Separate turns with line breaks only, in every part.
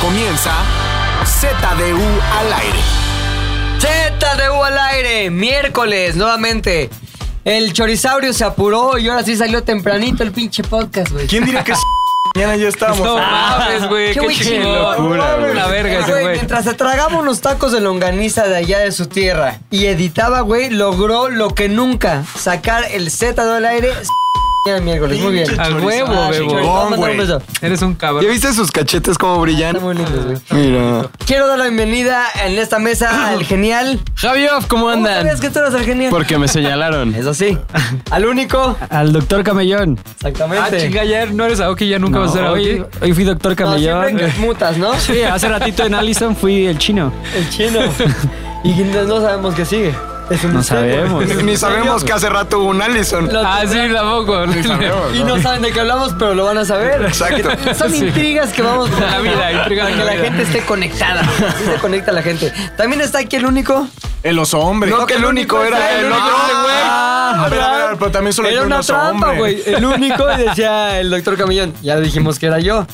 comienza ZDU al aire.
ZDU al aire, miércoles nuevamente. El chorizaurio se apuró y ahora sí salió tempranito el pinche podcast, güey.
¿Quién diría que es mañana ya estábamos?
No
Ah,
mames, güey.
Qué
Qué,
güey chingón. Ah,
chingón.
locura, güey.
La verga ese
Güey,
güey.
Mientras se tragaba unos tacos de longaniza de allá de su tierra y editaba, güey, logró lo que nunca, sacar el ZDU al aire el miércoles. Muy bien.
Pinche
Al huevo,
Ah,
bebo.
chingón. Vamos a mandar un
güey.
beso.
Eres un cabrón.
¿Ya viste sus cachetes como brillan?
Están muy lindos, güey.
Mira.
Quiero dar la bienvenida en esta mesa al genial.
Javioff, ¿cómo
¿Cómo sabías
andan?
que tú eras el genial?
Porque me señalaron.
Eso sí. Al único.
Al doctor Camellón.
Ah,
Exactamente.
chinga, ya no eres Aoki, ya nunca vas a ser
No,
Aoki.
hoy, hoy fui doctor
No, siempre
Camellón.
mutas, ¿no?
Sí, hace ratito en Allison fui el chino.
El chino. y no, no sabemos qué sigue. Es un
No
misterio.
sabemos.
Ni, ni sabemos que hace rato hubo un Allison.
Lo-
Ah, sí, tampoco.
y no saben de qué hablamos, pero lo van a saber.
Exacto.
Son intrigas que vamos
La vida,
Para
intrigas de
que
la
la
vida.
gente esté conectada. Así se conecta la gente. También está aquí el único.
El oso hombre.
No, que el único era el otro,
Ah,
güey. A ver, a ver, a ver, pero también solo hay
Era
un
una
oso
trampa,
hombre.
güey. El único, y decía el doctor Camillón. Ya dijimos que era yo.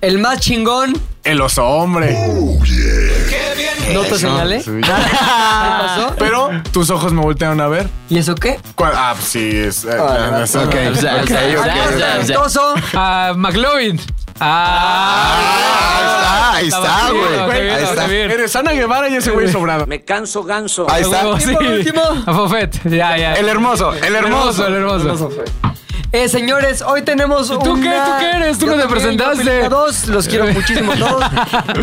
El más chingón,
El oso hombre.
no te señalé.
sí.
¿Qué pasó?
Pero tus ojos me voltearon a ver.
Ah. ¿Y eso qué?
¿Cuál? Ah, pues sí, es. eh,
Ah,
es- ok,
o sea,
ok,
o sea,
ok,
o sea,
ok.
o sea.
Talentoso.
Ah, McLovin. Ah,
Ah, ahí está,
Estaba
ahí
bien,
está, güey.
bien,
Ahí está.
bien.
Eres Ana Guevara y ese güey sobrado.
Me canso ganso.
Ahí
A huevo,
está.
sí.
por último.
A Fofet. Ya, ya.
El hermoso, el hermoso.
el hermoso.
Eh, señores, hoy tenemos
¿Y tú
una-
qué? ¿Tú qué eres? Tú
Yo
no te
también, yo
presentaste.
fui a dos, los quiero muchísimo a todos.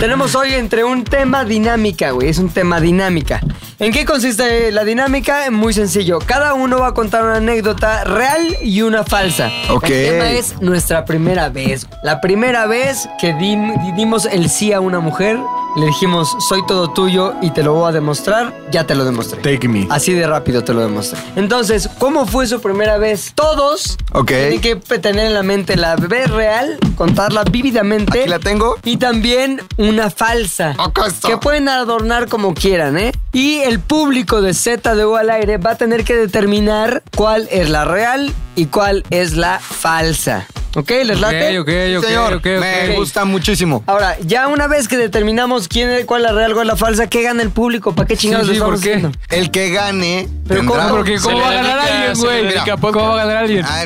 tenemos hoy entre un tema dinámica, güey. Es un tema dinámica. ¿En qué consiste la dinámica? Muy sencillo. Cada uno va a contar una anécdota real y una falsa.
Ok.
El tema es nuestra primera vez. La primera vez que dim- dimos el sí a una mujer, le dijimos, soy todo tuyo y te lo voy a demostrar. Ya te lo demostré.
Take me.
Así de rápido te lo demostré. Entonces, ¿cómo fue su primera vez? Todos
Ok.
tienen que tener en la mente la vez real, contarla vívidamente.
Aquí la tengo.
Y también una falsa.
Acá está.
Que pueden adornar como quieran, ¿eh? Y el público de ZDU al aire va a tener que determinar cuál es la real y cuál es la falsa. ¿Ok? ¿Les
Ok,
late?
ok, ok,
Señor,
ok,
me
ok.
gusta muchísimo.
Ahora, ya una vez que determinamos quién es, cuál es la real, cuál es la falsa, ¿qué gana el público? ¿Para qué chingados
Sí,
lo
sí, ¿por
estamos
qué?
haciendo?
El que gane
Pero ¿cómo?
tendrá...
Porque
Se
¿cómo
le
va a ganar
dedica-
alguien,
se le
güey?
dedica
¿Cómo va a ganar alguien?
Ah,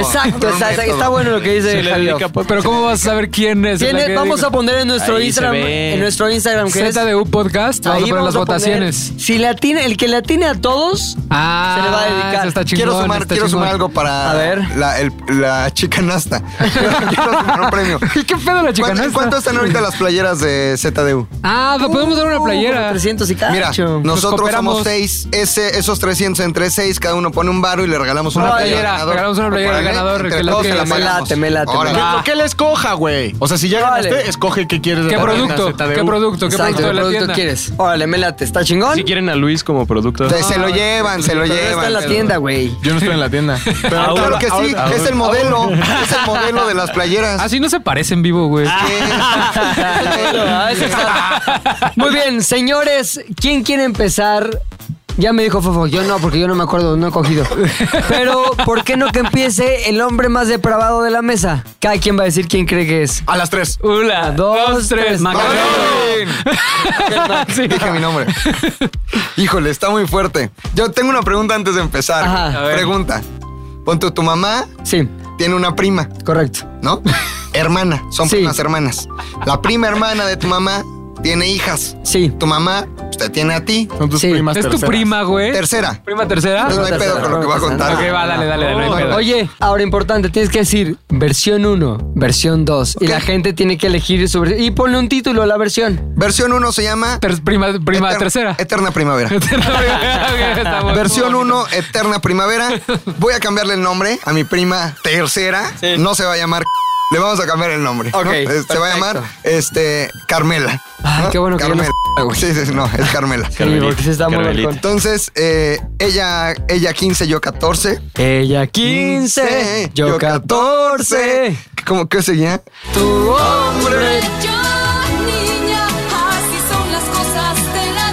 Exacto,
Por
exacto.
método.
Está bueno lo que dice Javier.
Pero ¿cómo vas a saber quién es?
Tiene-
la que
vamos
dijo?
a poner en nuestro
Ahí se
Instagram,
ve.
en nuestro Instagram que es
ZDU Podcast. Vamos a
ahí
poner las
vamos a poner-
votaciones.
si le atina- el que le atine a todos,
Ah,
Se le va a dedicar.
eso Está chingón,
quiero sumar,
está
quiero
chingón.
sumar algo para
A ver.
La, el- la chicanasta. quiero sumar un premio.
¿Y qué pedo la
¿Cuánto,
chicanasta?
cuánto están ahorita las playeras de ZDU?
Ah, podemos dar una
Uh,
playera.
300 y cacho.
Mira, nosotros
Ah, cooperamos.
somos seis. Ese, esos 300 entre seis, cada uno pone un baro y le regalamos una
Una
playera.
playera,
al ganador.
regalamos una playera al
Órale,
ganador,
entre
que la
todos
que
se
me
pagamos.
late, me late,
Órale.
me late.
Lo que él Ah. escoja, güey. O sea, si ya
Órale.
ganaste, escoge qué quieres de
¿Qué
la
producto?
tienda
¿Qué
ZDU.
producto? ¿Qué
Exacto,
producto de
¿qué
la
producto
tienda?
quieres? Órale, me late, ¿está chingón?
Si quieren a Luis como producto.
Se, se lo llevan, se lo
Pero está en la
llevan.
tienda, güey.
Yo no estoy en la tienda. Pero
Pero claro que sí,
ahora,
es el modelo, es el modelo de las playeras.
Así Ah, no se parecen vivo, güey. Ah,
Ah, eso está. Muy bien, señores, ¿quién quiere empezar? Ya me dijo Fofo, yo no, porque yo no me acuerdo, no he cogido. Pero, ¿por qué no que empiece el hombre más depravado de la mesa? Cada quien va a decir quién cree que es.
A las tres.
Una,
dos, tres.
¡Macabrón!
Sí.
Dije mi nombre. Híjole, está muy fuerte. Yo tengo una pregunta antes de empezar.
Ajá.
A ver.
Pregunta. Ponte tu mamá
Sí,
tiene una prima,
correcto.
¿no? Hermana, son
Sí.
primas hermanas. La prima hermana de tu mamá tiene hijas.
Sí.
Tu mamá usted tiene a ti.
Son tus
Sí.
primas
Es tu
terceras.
prima, güey.
Tercera.
Prima ¿Eh? Ah, tercera.
Entonces no hay pedo con lo que voy a contar.
Ok, va, dale, dale, dale. no hay pedo.
Oye, ahora importante, tienes que decir versión 1, versión 2. Y la gente tiene que elegir su versión. Y ponle un título a la versión.
Versión 1 se llama...
Ter- prima prima
Eter-
tercera.
Eterna primavera.
Eterna primavera, ok, está bueno.
Versión 1, Eterna Primavera. Voy a cambiarle el nombre a mi prima tercera. No se va a llamar. Le vamos a cambiar el nombre. ¿no?
Ok,
Eh, Se va a llamar este, Carmela.
Ay,
¿no?
qué bueno que
Carmela.
ya no-
Sí, sí, no, es Carmela.
Sí, porque se está muy
Carmelita.
balcón.
Entonces, eh, ella, ella 15, yo 14.
Ella 15, yo 14.
¿Cómo que seguía?
Tu hombre.
Yo, niña, así son las cosas de la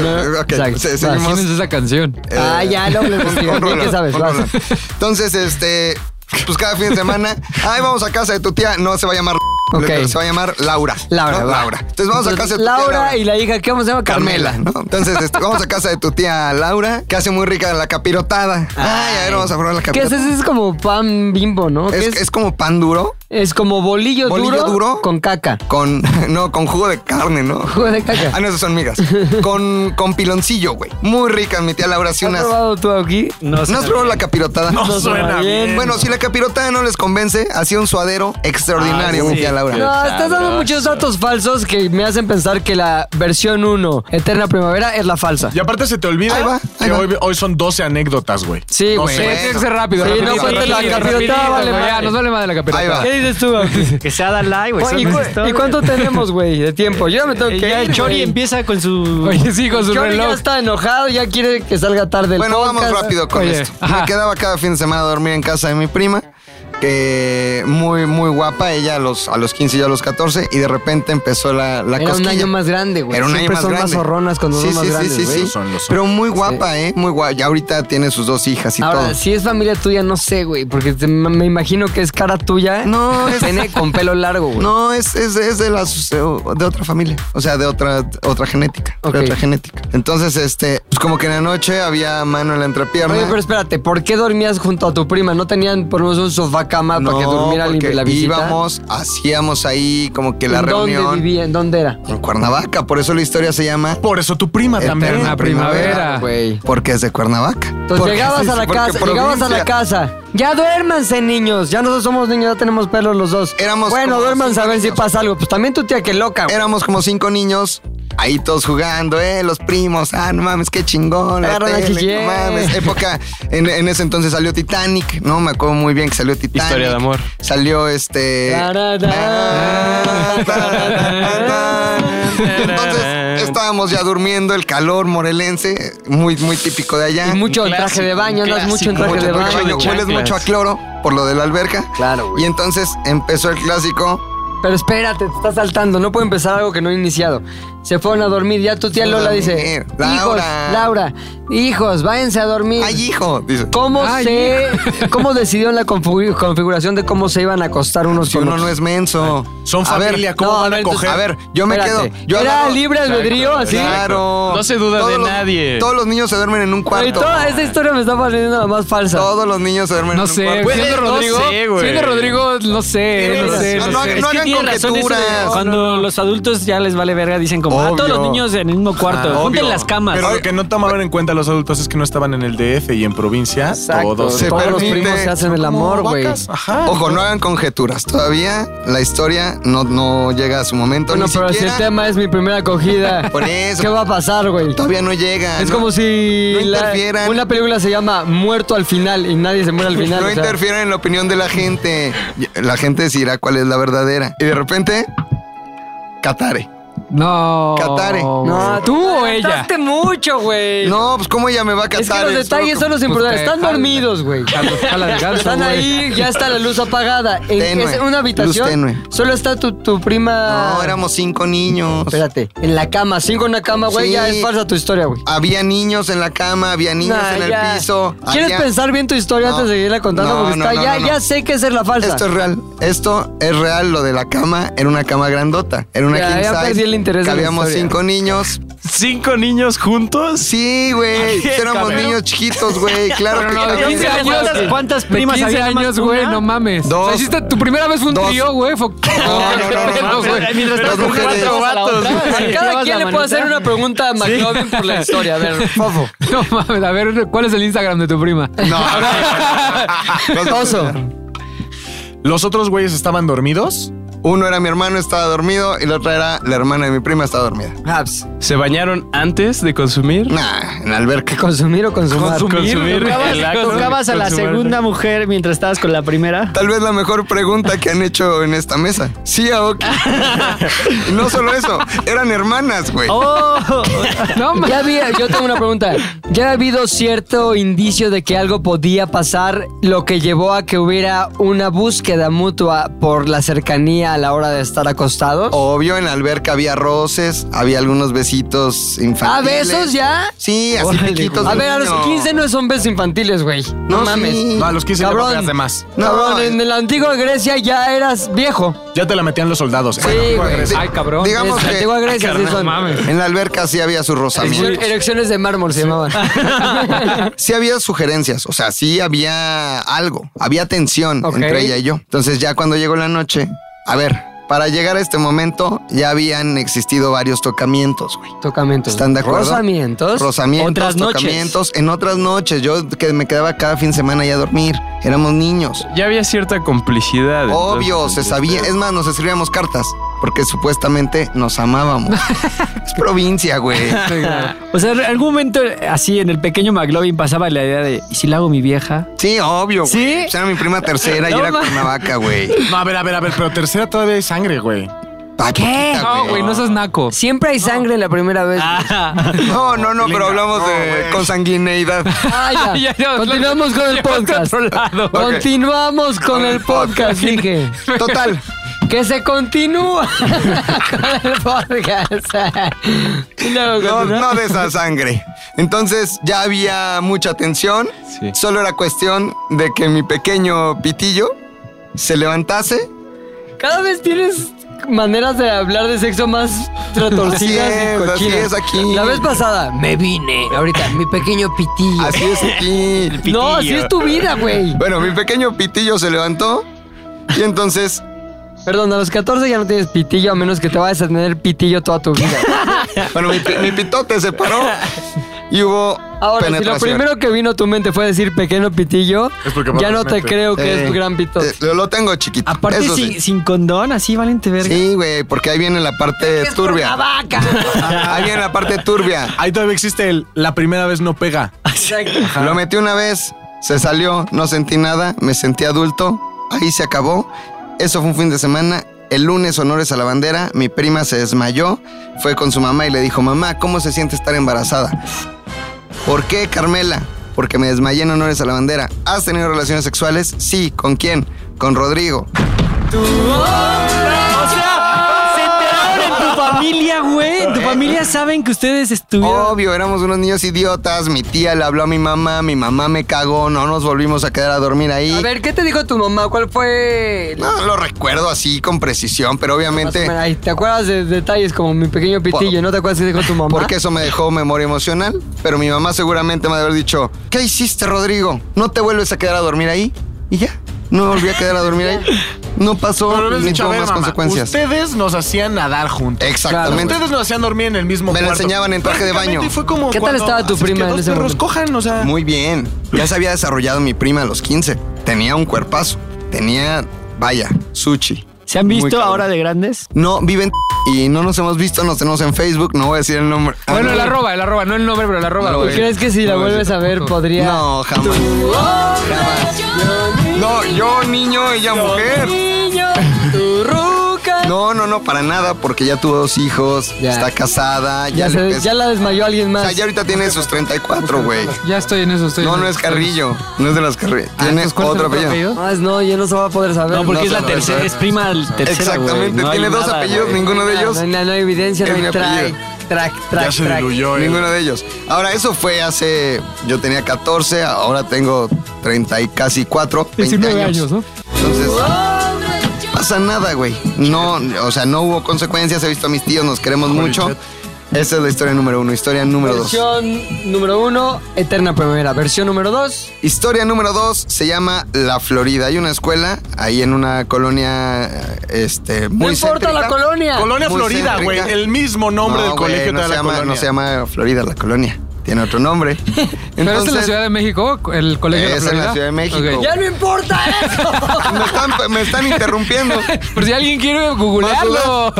vida.
Eh, ok,
exacto.
se-
Va,
¿Quién
seguimos.
es esa canción?
Eh,
Ah, ya, lo
un- un
investigué. ¿Qué
rolón,
sabes?
un
Vas.
rolón. Entonces, este, pues cada fin de semana, ay, vamos a casa de tu tía, no se va a llamar.
Ok.
pero se va a llamar Laura.
Laura,
¿no?
va.
Laura. Entonces vamos a casa de tu tía
Laura y la hija, ¿qué vamos a llamar?
Carmela, ¿no? Entonces este, vamos a casa de tu tía Laura, que hace muy rica la capirotada. Ay, a ver, vamos a probar la
¿Qué es
capirotada.
eso? Es como pan bimbo, ¿no? ¿Qué
Es,
es,
es como pan duro
Es como bolillo,
¿Bolillo
duro,
duro?
con caca.
con, no, con jugo de carne, ¿no?
Jugo de caca.
Ah, no, esas son migas. Con, con piloncillo, güey. Muy rica, mi tía Laura. Así
¿Has
unas...
probado tú aquí?
No,
¿No has probado la capirotada?
No suena
suena
bien.
Bueno, si la capirotada no les convence, hacía un suadero
Ah,
extraordinario, mi tía Laura.
No, estás dando muchos datos falsos que me hacen pensar que la versión 1, Eterna Primavera, es la falsa.
Y aparte se te olvida
Ahí va, ahí
que
va.
hoy, hoy son 12 anécdotas, güey.
Sí,
No
güey.
sé.
Tiene que ser rápido.
Sí,
rapidito,
no cuentes la
rapidito,
capirotada,
rapidito,
vale
güey, ya,
madre.
Nos vale más de la
Ahí
capirotada.
va.
¿Qué dices tú? Bautista?
Que sea Dalai, güey.
Oye, Oh, ¿Y,
son
cu-
las historias.
¿y cuánto tenemos, güey, de tiempo? Yo ya me tengo que
Eh, Ya el
ir,
Chori
güey.
empieza con su.
Oye, sí, con su
Chori ya
reloj.
está enojado, ya quiere que salga tarde el
Bueno, vamos
podcast.
rápido con
Oye,
esto.
ajá.
Me quedaba cada fin de semana a dormir en casa de mi prima, que muy, muy guapa, ella a los, a los 15 y yo a los 14, y de repente empezó la, la
Era un
cosquilla.
año más grande, güey.
Era un año
Siempre
más
son
grande.
más zorronas cuando
sí,
son más
sí,
grandes,
sí, sí,
güey.
sí.
Son, lo son.
Pero muy guapa, ¿eh? Muy guapa. Ya ahorita tiene sus dos hijas y
Ahora,
todo.
si es familia tuya, no sé, güey, porque te- me imagino que es cara tuya.
No, es-
Tiene con pelo largo, güey.
No, es, es, es de las eh, de otra familia, o sea, de otra otra genética, de
Ok.
otra genética. Entonces, este, pues como que en la noche había mano en la entrepierna.
Oye, pero espérate, ¿por qué dormías junto a tu prima? ¿No tenían por lo menos un sofá cama para que
No,
durmiera la-
porque
la visita?
íbamos, hacíamos ahí como que la
¿En
reunión
¿Dónde vivían? ¿Dónde era?
en Cuernavaca, por eso la historia se llama
Por eso tu prima también.
Eterna
primavera.
Primavera,
Güey.
porque es de Cuernavaca.
Entonces
Porque-
llegabas a la
porque
casa, llegabas a la
provincia.
casa. Ya duérmanse, niños. Ya nosotros somos niños, ya tenemos pelos los dos.
Éramos
bueno,
como
duérmanse a
cinco
ver si
niños.
pasa algo. Pues también tu tía que loca, güey.
Éramos como cinco niños. Ahí todos jugando, eh, los primos, ah, no mames, qué chingón, la
Agarra la
tele,
chichén.
no mames, época, en, en ese entonces salió Titanic, no, me acuerdo muy bien que salió Titanic.
Historia de amor.
Salió este... Entonces estábamos ya durmiendo, el calor morelense, muy, muy típico de allá.
Y mucho en
Un
traje de
clásico,
baño,
un
andas mucho
clásico.
en traje
Mucho
de
traje de
baño.
baño,
güey.
hueles mucho a cloro por lo de la alberca.
Claro, güey.
Y entonces empezó el clásico.
Pero espérate, te estás saltando. No puedo empezar algo que no he iniciado. Se fueron a dormir. Ya tu tía
Se fueron
Lola
a
dice:
dormir. Laura.
Hijos, Laura, hijos, váyanse a dormir.
¡Ay, hijo! Dice.
¿Cómo,
Ay,
se, ¿Cómo decidieron la configu- configuración de cómo se iban a acostar unos
Si
con
uno
otros?
Pues no es menso.
Son
A ver,
familia, ¿cómo
no, a
van a,
ver,
coger?
A ver, yo me
Espérate,
quedo. Yo
Era
agarro-
libre albedrío, así.
Claro.
No se duda de
los-
nadie.
Todos los niños se duermen en un cuarto.
Güey, toda esta historia me está pareciendo la más falsa.
Todos los niños se duermen
No
en un
sé,
cuarto.
güey. siendo Rodrigo, siendo Rodrigo, no sé, no
razón.
sé,
No,
no
no,
sé.
Es que
hagan
tiene razón eso de-
conjeturas.
Cuando los adultos ya les vale verga, dicen como, ah, todos los
Obvio.
niños en el mismo cuarto,
Ajá,
junten
obvio.
las camas.
Pero lo que no tomaban en cuenta los adultos es que no estaban en el DF y en provincia.
Exacto.
Todos.
Se
Todos los
permite-
primos se hacen el
Como
amor, güey.
vacas, Ajá.
Ojo, no hagan conjeturas. Todavía la historia no, no llega a su momento.
Bueno,
ni
pero si
siquiera,
el tema es mi primera acogida,
Por eso.
¿qué va a pasar, güey?
todavía no llega.
Es
¿no?
como si
no
la-
interfieran.
una película se llama Muerto al final y nadie se muere al final.
No
o sea.
interfieran en la opinión de la gente. La gente decidirá cuál es la verdadera. Y de repente, Catare.
No.
Catare.
No,
¿Tú o ella?
adelantaste mucho, güey.
No, pues cómo ella me va a Catare.
es que los detalles son los importantes. Están dormidos, güey. Están ahí, ya está la luz apagada. En
Tenue,
es una habitación.
luz tenue.
Solo está tu, tu prima.
No, éramos cinco niños.
Espérate, en la cama, cinco en la cama, güey,
Sí.
ya es falsa tu historia, güey.
Había niños en la cama, había niños
Nah,
en el
ya.
piso.
¿Quieres
había-
pensar bien tu historia
No.
antes de seguirla contando?
No,
Porque
no,
está,
no,
ya,
no, no.
ya sé que esa es la falsa.
Esto es real. Esto es real. Lo de la cama era una cama grandota. Era una
Ya,
king
ya
size.
perdí el interés de la
Cabíamos
historia.
cinco niños.
¿Cinco niños juntos?
Sí, güey. Éramos
cabrón.
niños chiquitos, güey. Claro que
no, de
cabíamos-
15 años.
¿Cuántas, cuántas
De
primas
15
había nada más
años, güey,
una?
no mames.
Dos.
O sea, hiciste tu primera vez fue un
Dos.
trío, güey. Fue...
no, no, no, no,
güey.
no.
Mientras
Las
tanto,
mujeres.
cuatro vatos.
A cada quien le puedo hacer una pregunta a McLovin por la historia. A ver, Fofo.
No mames, a ver, ¿cuál es el Instagram de tu prima?
No.
Oso.
¿Los otros güeyes estaban dormidos?
Uno era mi hermano, estaba dormido. Y la otra era la hermana de mi prima, estaba dormida.
Habs.
¿Se bañaron antes de consumir?
Nah, en la alberca.
¿Consumir o consumar?
Consumir. Tocabas- el acto de
tocabas
consumar.
a la
segunda
mujer mientras estabas con la primera.
Tal vez la mejor pregunta que han hecho en esta mesa. Sí, Aoki. Y no solo eso, eran hermanas, güey.
Oh.
No mames.
Ya había, yo tengo una pregunta. ¿Ya ha habido cierto indicio de que algo podía pasar, lo que llevó a que hubiera una búsqueda mutua por la cercanía línea a la hora de estar acostados.
Obvio, en la alberca había roces, había algunos besitos
¿A
infantiles.
Ah, besos ya?
Sí, así piquitos.
A
de
ver, a los
niño.
15 no son besos infantiles, güey. No,
No,
mames.
sí.
No, a los 15
Cabrón.
no pagas de más.
No,
Cabrón,
no,
en la antigua Grecia ya eras viejo.
Ya te la metían los soldados.
Sí, güey.
Ay, cabrón.
Digamos
en la
que
antigua Grecia sí son.
en la alberca sí había sus
Erección-
rozamientos.
Erecciones de mármol se llamaban.
Sí había sugerencias, o sea, sí había algo, había tensión
Ok.
entre ella y yo. Entonces ya cuando llegó la noche, a ver, para llegar a este momento ya habían existido varios tocamientos, güey.
Tocamientos.
¿Están de acuerdo?
Rozamientos.
Rozamientos,
Otras noches.
tocamientos. En otras noches, yo que me quedaba cada fin de semana ya a dormir. Éramos niños.
Ya había cierta complicidad.
Obvio,
pues,
entonces,
se sabía. Es más, nos escribíamos cartas porque supuestamente nos amábamos. es provincia, güey.
O sea, en algún momento así en el pequeño McLovin pasaba la idea de, ¿y si la hago mi vieja?
Sí, obvio. güey.
¿Sí?
Pues era mi prima tercera y
No
era
ma-
con una vaca, güey.
No, a ver, a ver, a ver, pero tercera todavía hay sangre, güey.
Ay, poquita,
No, güey, no seas naco.
Siempre hay sangre la primera vez.
No, no, no, pero hablamos de
güey.
consanguineidad.
Ah, ya.
Ya, ya,
Continuamos con el podcast. Continuamos con el podcast, dije.
Total.
Que se continúa con el podcast. Y luego
No,
continúa.
no de esa sangre. Entonces ya había mucha tensión.
Sí.
Solo era cuestión de que mi pequeño pitillo se levantase.
Cada vez tienes maneras de hablar de sexo más
Así
retorcidas y
es, así
cochinas.
es aquí.
La vez pasada me vine. Ahorita mi pequeño pitillo.
Así es aquí.
No, así es tu vida, güey.
Bueno, mi pequeño pitillo se levantó y entonces
Perdón, a los 14 ya no tienes pitillo a menos que te vayas a tener pitillo toda tu vida.
Bueno, mi, pi- mi pitote se paró y hubo
Ahora, si lo
penetración.
primero que vino a tu mente fue decir pequeño pitillo,
Es porque
ya no te
probablemente-
creo que
Sí.
es tu gran pitote.
Eh, lo, lo tengo chiquito.
Aparte
eso
sin,
sí.
sin condón, así valiente verga.
Sí, güey, porque ahí viene la parte turbia. Ah, Ahí viene la parte turbia.
Ahí todavía existe el la primera vez no pega.
Lo metí una vez, se salió, no sentí nada, me sentí adulto, ahí se acabó. Eso fue un fin de semana. El lunes, honores a la bandera, mi prima se desmayó, fue con su mamá y le dijo, mamá, ¿cómo se siente estar embarazada? ¿Por qué, Carmela? Porque me desmayé en honores a la bandera. ¿Has tenido relaciones sexuales? Sí, ¿con quién? Con Rodrigo.
O sea, se enteraron en tu familia, güey. En tu familia saben que ustedes estuvieron.
Obvio, éramos unos niños idiotas. Mi tía le habló a mi mamá, mi mamá me cagó, no nos volvimos a quedar a dormir ahí.
A ver, ¿qué te dijo tu mamá? ¿Cuál fue? la-
No lo recuerdo así con precisión, pero
más o
obviamente
menos? Ahí, ¿Te acuerdas de detalles como mi pequeño pitillo? ¿No te acuerdas qué dijo tu mamá?
porque eso me dejó memoria emocional, pero mi mamá seguramente me ha de haber dicho, ¿qué hiciste Rodrigo? ¿No te vuelves a quedar a dormir ahí? Y ya, no me volví a quedar a dormir ahí. No
Pero
pasó
hubieras
ni
dicho, a
tuvo
ver,
más
mamá,
consecuencias.
Ustedes nos hacían nadar juntos.
Exactamente.
Ustedes nos hacían dormir en el mismo
Me lo
cuarto.
enseñaban en traje de baño.
Prácticamente fue como
¿Qué tal
cuando
estaba tu
haces que
prima en
dos
ese
perros
momento?
cojan, o sea.
Muy bien. Ya se había desarrollado mi prima a los 15. Tenía un cuerpazo. Tenía, vaya, sushi.
¿Se han
Muy
visto
cabrón.
ahora de grandes?
No, viven y no nos hemos visto, nos tenemos en Facebook, no voy a decir el nombre.
Bueno,
Ah,
la arroba, la arroba, no el nombre, pero la arroba.
No,
güey.
güey.
¿Crees que si la vuelves a ver podría...? ¡Oh,
No, jamás. No, yo niño, ella mujer.
Niño, tu ruca.
No, no, no, para nada, porque ya tuvo dos hijos,
Ya.
está casada, ya,
ya,
le
se-
pesa-
ya la desmayó alguien
O
más.
sea, ya ahorita tiene sus 34, güey.
Ya estoy en eso, estoy
No,
en
no
eso.
es Carrillo, no es de las Carrillo.
Ah,
Tiene
entonces, ¿cuál es el
otro apellido.
Más no, ya no se va a poder saber.
No, porque
no
es la
sabe,
tercera,
¿verdad?
es prima del tercero.
Exactamente,
güey. No hay
tiene dos
nada,
apellidos,
güey.
ninguno de
Ah,
ellos.
No, hay- no hay evidencia, no
Es
hay
mi
track,
apellido.
track,
Ya
track,
se
track.
diluyó, eh.
Ninguno de ellos. Ahora, eso fue hace. Yo tenía 14, ahora tengo 30 y casi 4.
19
años.
años, ¿no?
Entonces, pasa nada, güey. No, o sea, no hubo consecuencias. He visto a mis tíos, nos queremos mucho. Esa es la historia número uno. Historia número
Pues
dos.
Versión número uno, Eterna Primera. Versión número dos,
Historia número dos se llama La Florida. Hay una escuela ahí en una colonia, este, muy
no importa
céntrica.
la colonia.
Colonia
Muy
Florida, ah, güey.
céntrica.
El mismo nombre
No,
del
güey,
colegio
no
de
se
la
llama,
colonia.
No se llama Florida la colonia. Tiene otro nombre.
Pero es en la
Entonces,
Ciudad de México, el colegio de la
Es en la
Florida.
Ciudad de México.
Ok.
Ya no importa eso.
me están, me están interrumpiendo.
Por si alguien quiere googlearlo.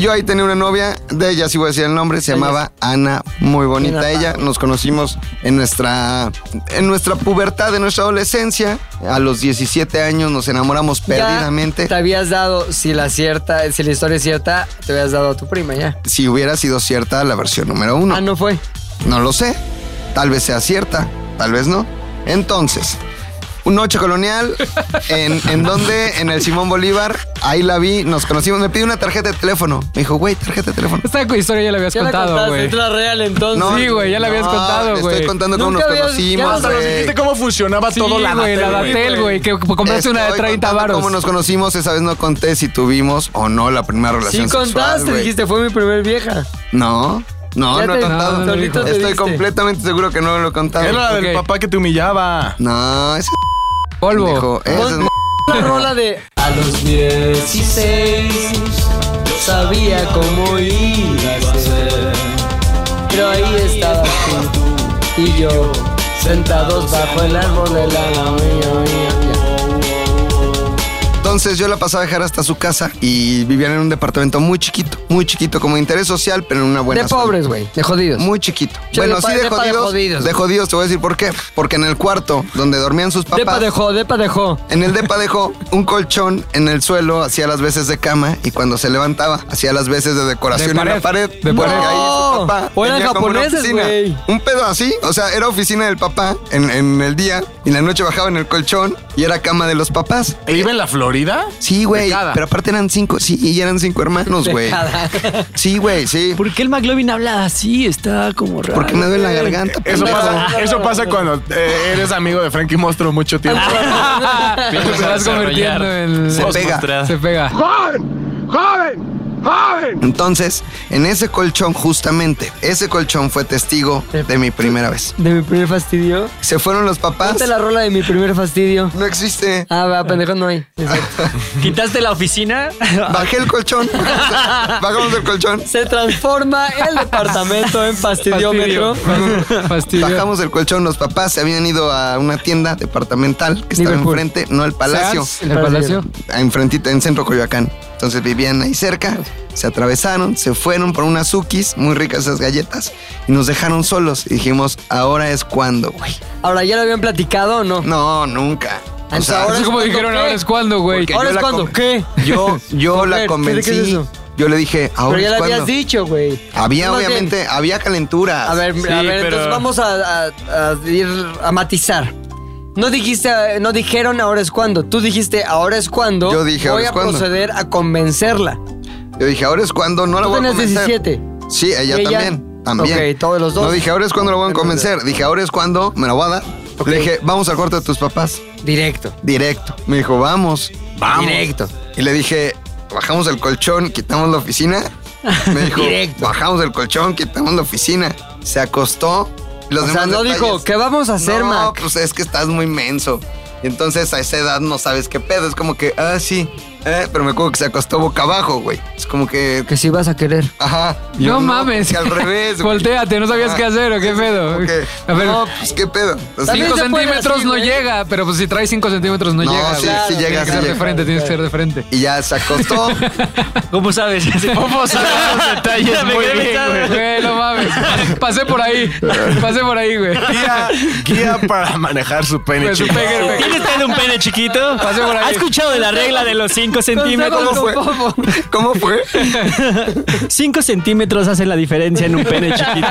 Yo ahí tenía una novia, de ella sí voy a decir el nombre, se llamaba Ana, muy bonita ella. Nos conocimos en nuestra, en nuestra pubertad, en nuestra adolescencia. A los 17 años nos enamoramos
Ya
perdidamente.
Te habías dado, si la cierta, si la historia es cierta, te habías dado a tu prima ya.
Si hubiera sido cierta la versión número uno.
Ah, no fue.
No lo sé. Tal vez sea cierta, tal vez no. Entonces, noche colonial, en, en donde, en el Simón Bolívar, ahí la vi, nos conocimos, me pidió una tarjeta de teléfono. Me dijo, güey, tarjeta de teléfono.
Esta historia ya la habías
Ya la
contado,
contaste,
güey.
es la real entonces.
sí, güey, ya la habías contado,
te
güey.
Estoy contando cómo
Nunca
nos
habías- ya
Ah,
conocimos.
hasta nos
güey.
¿Viste cómo funcionaba
Sí,
todo la
güey, la
Datel, güey?
Datel, güey, que compraste una de
Estoy
30
contando
varos.
Cómo nos conocimos, esa vez no conté si tuvimos o no la primera
Sí
relación. sexual,
contaste,
güey.
dijiste, fue mi primer vieja.
No, no,
Ya
no he
te-
contado.
no,
solito te
Estoy
diste.
completamente seguro que no lo he contado.
Era la
Ok.
del papá que te humillaba.
No, ese
Polvo.
pendejo, ese es
La rola de A los 16 sabía cómo iba a ser. Pero ahí estabas tú y yo sentados bajo el árbol de la
Entonces yo la pasaba a dejar hasta su casa y vivían en un departamento muy chiquito, muy chiquito, como interés social, pero en una buena
De
zona.
pobres, güey, de jodidos.
Muy chiquito.
Yo
bueno,
de
sí
pa-
de
depa de
jodidos,
jodidos,
de
güey.
jodidos, te voy a decir por qué. Porque en el cuarto donde dormían sus
Depa
papás,
dejó, depa dejó.
en el depa dejó un colchón en el suelo, hacía las veces de cama y cuando se levantaba hacía las veces de decoración
De
en la
pared,
pared.
de
porque
pared.
ahí su papá
O eran
tenía como una
japoneses,
oficina.
güey.
Un pedo así, o sea, era oficina del papá en, en el día y en la noche bajaba en el colchón y era cama de los papás.
¿E iba en la Florida?
Sí, güey.
Pecada.
Pero aparte eran cinco. Sí, y eran cinco hermanos, güey. Sí, güey, sí.
¿Por qué el McLovin habla así? Está como raro.
Porque me duele la garganta.
Eso
pendejo.
pasa, eso pasa cuando eh, eres amigo de Frankie Monstruo mucho tiempo.
Te vas convirtiendo en...
Se pega.
Se pega.
Entonces, en ese colchón, justamente, ese colchón fue testigo de mi primera vez.
De mi primer fastidio.
Se fueron los papás.
Ponte la rola de mi primer fastidio.
No existe.
Ah, va, pendejo, no hay.
¿Quitaste la oficina?
Ah.
Bajé el colchón. Bajamos el colchón.
Se transforma el departamento en fastidiómetro.
Fastidio.
Bajamos el colchón. Los papás se habían ido a una tienda departamental que estaba
Liverpool.
enfrente, no el palacio.
Sears, El palacio.
enfrentito en Centro Coyoacán. Entonces vivían ahí cerca, se atravesaron, se fueron por unas Ukis, muy ricas esas galletas, y nos dejaron solos. Y dijimos, ahora es cuando, güey.
Ahora, ¿ya lo habían platicado o no?
No, nunca. O
Entonces,
sea,
ahora
Así
es
como
cuando
dijeron,
qué?
ahora es cuando, güey.
Porque
¿Ahora
yo
es
la
cuando?
com-
¿Qué?
yo, yo
A
la
ver,
convencí.
¿qué es eso?
Yo le dije, ahora
Pero ya
es
lo
cuando.
habías dicho, güey.
Había,
Más bien,
obviamente, había calenturas.
A ver,
Sí,
a ver, entonces
pero-
vamos a, a- a ir a matizar. No dijiste, eh, no dijeron ahora es cuando. Tú dijiste ahora es cuando.
Yo dije,
voy
"Ahora es
a
cuando".
proceder a convencerla.
Yo dije, ahora es cuando, no la
Tú
voy a
tenías
convencer.
17.
Sí, ella,
¿Y ella?
también. También.
Ok, todos los dos.
No dije, ahora es cuando la voy a convencer. Dije, ahora es cuando me la voy a dar. Le dije, vamos al corte de tus papás.
Directo.
Directo. Me dijo, vamos.
Vamos.
Directo.
Y le dije, bajamos el colchón, quitamos la oficina. Me dijo,
Directo.
bajamos el colchón, quitamos la oficina. Se acostó. Los
O sea,
demás
no dijo,
detalles.
¿qué vamos a hacer,
no,
Mac?
pues es que estás muy menso. Y entonces a esa edad no sabes qué pedo. Es como que, ah, sí. eh, pero me acuerdo que se acostó boca abajo, güey. Es como que,
Que si vas a querer.
ajá. Y yo,
No mames.
que al revés, güey.
Voltéate, no sabías
Ah,
qué hacer o qué pedo.
como que,
A ver,
no, pues qué pedo. O sea,
También
5
se puede
centímetros
así,
no
güey.
llega, pero pues si traes 5 centímetros no,
No,
llega.
sí,
güey.
sí llega,
Tienes que
sí
ser de
llega.
frente, tienes que ser de frente.
y ya se acostó.
¿Cómo sabes?
¿Cómo sabes los detalles? Muy bien, güey.
Güey, no mames. Pasé por ahí. Pasé por ahí, güey.
Guía, guía para manejar su pene,
Pues, su
chico.
pegue, pegue.
¿Tiene usted un pene chiquito?
Pase por ahí.
¿Ha escuchado de la regla de los 5
¿Cómo
centímetros?
fue? ¿Cómo fue?
5 centímetros hacen la diferencia en un pene chiquito.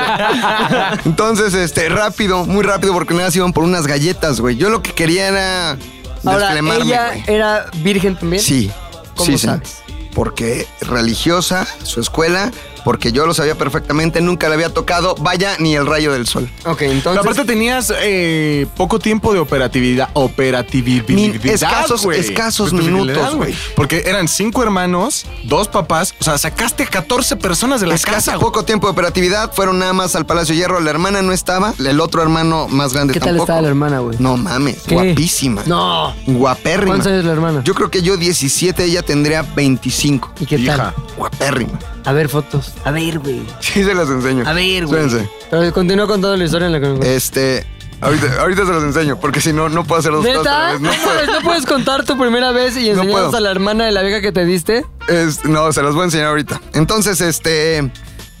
Entonces, este, rápido, muy rápido, porque nada más iban por unas galletas, güey. Yo lo que quería era
Ahora,
desplemarme,
¿ella
güey.
era virgen también?
Sí.
¿Cómo
sí, sí.
sabes?
Porque religiosa, su escuela, porque yo lo sabía perfectamente, nunca le había tocado, vaya, ni el rayo del sol.
Ok,
Pero
entonces...
aparte tenías eh, poco tiempo de operatividad, operatividad,
Min- escasos-
güey.
escasos
Operatividad,
minutos, güey.
Porque eran cinco hermanos, dos papás, o sea, sacaste a 14 personas de la
Escasa,
casa, güey.
poco tiempo de operatividad, fueron nada más al Palacio Hierro, la hermana no estaba, el otro hermano más grande
¿Qué tal
tampoco.
estaba la hermana, güey?
No mames,
¿Qué?
guapísima.
No.
Guapérrima.
¿Cuántos años la hermana?
Yo creo que yo 17, ella tendría 25.
¿Y qué
Hija.
tal?
Guapérrima.
A ver fotos. A ver, güey.
Sí, se las enseño.
A ver, güey.
Espérense.
Pero continúa contando la historia en la que me encuentro.
Este, ahorita, ahorita se los enseño, porque si no, no puedo hacer los dos
¿Neta?
No
¿No,
puedo.
puedes, no puedes contar tu primera vez y
No
enseñarnos
puedo.
a la hermana de la vieja que te diste?
Es- no, se los voy a enseñar ahorita. Entonces, este.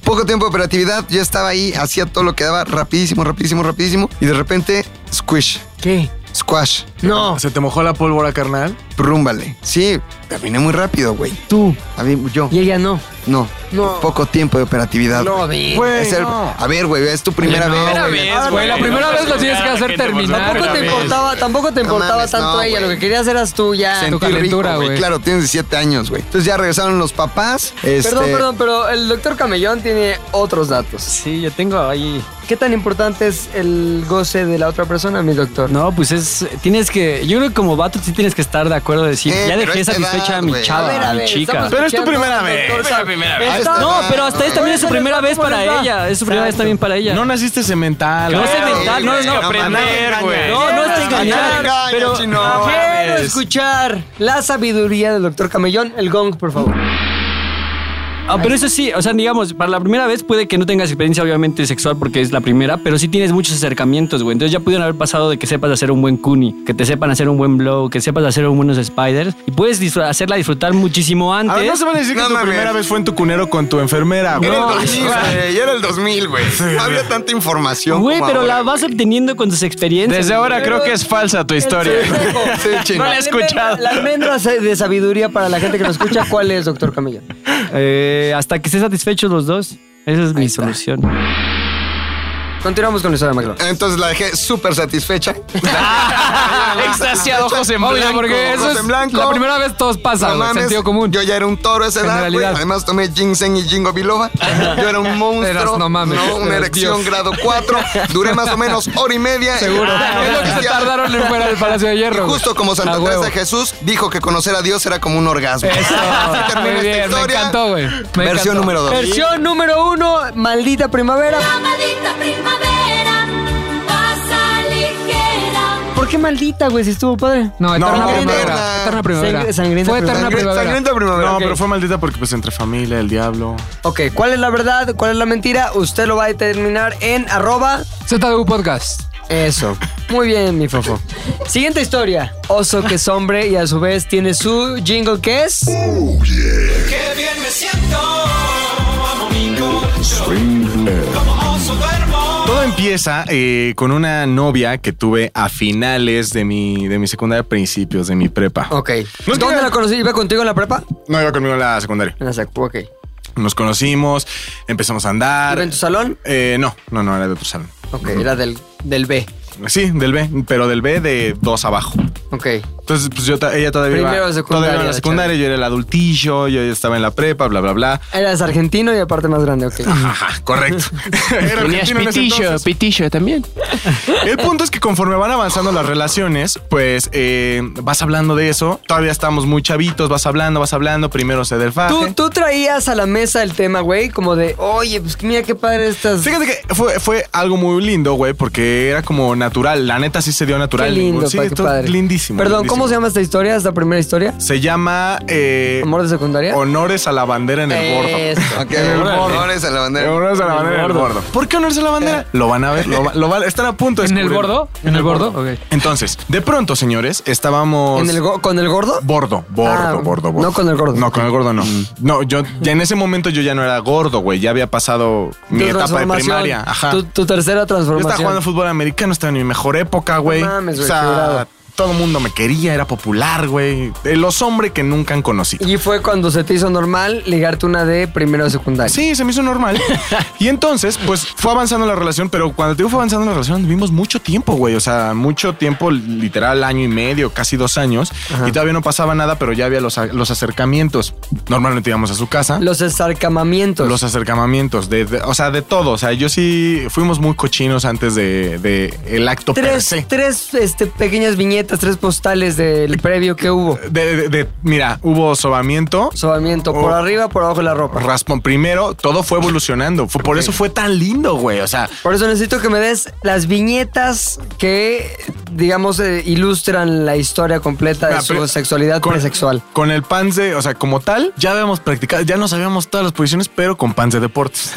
Poco tiempo de operatividad, yo estaba ahí, hacía todo lo que daba rapidísimo, rapidísimo, rapidísimo. Y de repente, squish,
¿Qué?
squash.
No.
¿Se te mojó la pólvora, carnal?
Rúmbale. Sí, terminé muy rápido, güey.
Tú.
A mí, yo.
Y ella no.
No.
No.
Poco tiempo de operatividad.
No,
güey.
vi.
Güey,
Es el-
no.
A ver, güey, es tu primera vez.
Primera
güey.
Ah,
vez,
Güey, la primera vez lo tienes que hacer terminar.
Tampoco te
güey.
importaba, tampoco te
No
importaba
mames,
tanto
no,
ella.
güey.
Lo que querías eras tú ya.
Sentí-
Sentir
tu
rico,
calentura,
güey.
güey.
Claro, tienes 17 años, güey. Entonces ya regresaron los papás. Este,
Perdón, perdón, pero el doctor Camellón tiene otros datos.
Sí, yo tengo ahí.
¿Qué tan importante es el goce de la otra persona, mi doctor?
No, pues es. Tienes que. Yo creo que como vato sí tienes que estar de acuerdo de decir.
Eh,
ya
pero
dejé
esta
satisfecha
edad,
a mi
güey.
chava, a, mi chica.
Pero es tu primera vez.
Es la primera
vez.
No, pero hasta es también es su
Oye,
primera
¿cómo
vez para
les va?
ella. Es su primera vez
Exacto.
también para ella.
No naciste cemental.
No
¿eh?
güey.
se
güey,
mental, no,
güey,
no.
eh, no aprender,
güey.
No, no es engañar.
engañes,
Pero
chino.
Quiero escuchar la sabiduría del doctor Camellón. El gong, por favor.
Ah, pero eso sí, o sea, digamos, para la primera vez puede que no tengas experiencia, obviamente, sexual porque es la primera, pero sí tienes muchos acercamientos, güey. Entonces ya pudieron haber pasado de que sepas hacer un buen cuni, que te sepan hacer un buen blow, que sepas hacer un buenos spiders y puedes disfr- hacerla disfrutar muchísimo antes.
A ver, no se van a decir que
No
tu
mames.
primera vez fue en tu cunero con tu enfermera, güey.
Era el
No,
2000, güey. Yo era el 2000, güey. No había tanta información.
Güey,
como
pero la
ahora,
vas obteniendo con tus experiencias.
Desde ahora
Pero-
creo que es falsa tu historia.
El consejo.
Sí, chino.
No la he escuchado.
La almendra de sabiduría para la gente que nos escucha, ¿cuál es, doctor Camellón?
Eh, hasta que estés satisfechos los dos. Esa es mi solución.
Continuamos con la historia de McDonald's.
Entonces la dejé súper satisfecha.
Ah, Extasiado ojos en
Obvio,
blanco.
porque eso
ojos
es
en blanco.
la primera vez todos
No
pasan, güey,
mames,
Ah, sentido común.
Yo ya era un toro a esa edad, güey.
Generalidad.
Además tomé ginseng y jingo biloba. Yo era un monstruo.
Eras, no mames,
Una
eras
erección
Dios.
grado 4. Duré más o menos hora y media.
Seguro.
Ah,
es lo que se
cristiano.
tardaron en fuera del Palacio de
Y
Hierro. güey.
justo como Santa
A
Teresa
huevo.
de Jesús dijo que conocer a Dios era como un orgasmo. Eso. Así termina
Ah, Muy
esta
bien, me
historia.
encantó, güey. Me
Versión
encantó.
número 2.
Versión número uno, maldita primavera.
La maldita primavera pasa ligera.
¿Por qué maldita, güey? Si estuvo padre.
No, eterna
No,
primavera.
eterna.
Eterna primavera.
Sangri- sangrienta
Fue eterna
primavera.
primavera.
No, pero fue maldita porque pues entre familia, el diablo.
Ok, ¿cuál es la verdad? ¿Cuál es la mentira? Usted lo va a determinar en arroba.
ZDU Podcast.
Eso. Muy bien, mi fofo. Siguiente historia. Oso que es hombre y a su vez tiene su jingle que es...
Todo empieza eh, con una novia que tuve a finales de mi, de mi secundaria, principios de mi prepa.
Ok.
No es que-
¿Dónde la conocí? ¿Iba contigo en la prepa?
No iba conmigo a la secundaria.
En la sacu, ok.
Nos conocimos, empezamos a andar.
¿Iba en tu salón?
Eh, no, no, no, era de otro salón.
Ok, era del, del B.
Sí, del B, pero del B de dos abajo.
Ok.
Entonces, pues yo, ta- ella todavía
Primero
iba,
de secundaria,
todavía iba en
la
la secundaria, yo era el adultillo, yo ya estaba en la prepa, bla, bla, bla.
Eras argentino y aparte más grande, ok.
Ajá, correcto. Era
Tenías
argentino en ese
pitillo,
entonces.
pitillo también.
El punto es que conforme van avanzando las relaciones, pues eh, vas hablando de eso. Todavía estamos muy chavitos, vas hablando, vas hablando. Primero se del faje.
¿Tú, tú traías a la mesa el tema, güey, como de, oye, pues mira qué padre estas...
Fíjate que fue, fue algo muy lindo, güey, porque era como natural. La neta sí se dio natural.
Qué lindo,
Sí,
pa, qué
esto-
padre.
lindísimo.
Perdón, ¿cómo se
lindísimo.
llama esta historia, esta primera historia?
Se llama eh,
¿Amor de secundaria?
Honores a la bandera en el bordo.
Eso.
Ok, honores a la
Eh,
bandera.
Honores a la bandera en el bordo. ¿Por qué honores a la bandera? Lo van a ver, lo, va- lo van, están a punto de
¿En el
descubrirlo.
bordo? ¿En el bordo? Ok.
Entonces, de pronto, señores, estábamos...
¿En el go- ¿Con el gordo?
Bordo, bordo,
Ah,
bordo, bordo.
no con el gordo. Mm.
No, con el gordo no. No, yo ya en ese momento yo ya no era gordo, güey. Ya había pasado mi
Tu
etapa de
transformación,
primaria. Ajá.
Tu, tu tercera
Yo
transformación.
estaba jugando fútbol americano, estaba en mi mejor época, güey.
No mames, güey,
o sea,
qué bravo.
todo el mundo me quería, era popular, güey. De Los hombres que nunca han conocido.
Y fue cuando se te hizo normal ligarte una de primero de secundaria.
Sí, se me hizo normal. y entonces, pues fue avanzando la relación, pero cuando te digo fue avanzando la relación, vivimos mucho tiempo, güey. O sea, mucho tiempo, literal, año y medio, casi dos años. Y todavía no pasaba nada, pero ya había los, a- los acercamientos. Normalmente íbamos a su casa.
Los esarcamamientos.
Los acercamientos, de, de- o sea, de todo. O sea, yo sí fuimos muy cochinos antes de, de el acto per
tres
se.
tres este, pequeñas viñetas, tres postales del previo que hubo.
De, de- de- mira, hubo sobamiento,
Sobamiento, por
Oh.
arriba, por abajo de la ropa.
raspón primero, todo fue evolucionando. Fue- por eso fue tan lindo, güey. O sea,
Por eso necesito que me des las viñetas que, digamos, eh, ilustran la historia completa de
Ah,
su
pero-
sexualidad presexual.
Con el pants de, o sea, como tal, ya habíamos practicado, ya no sabíamos todas las posiciones, pero con pants de deportes.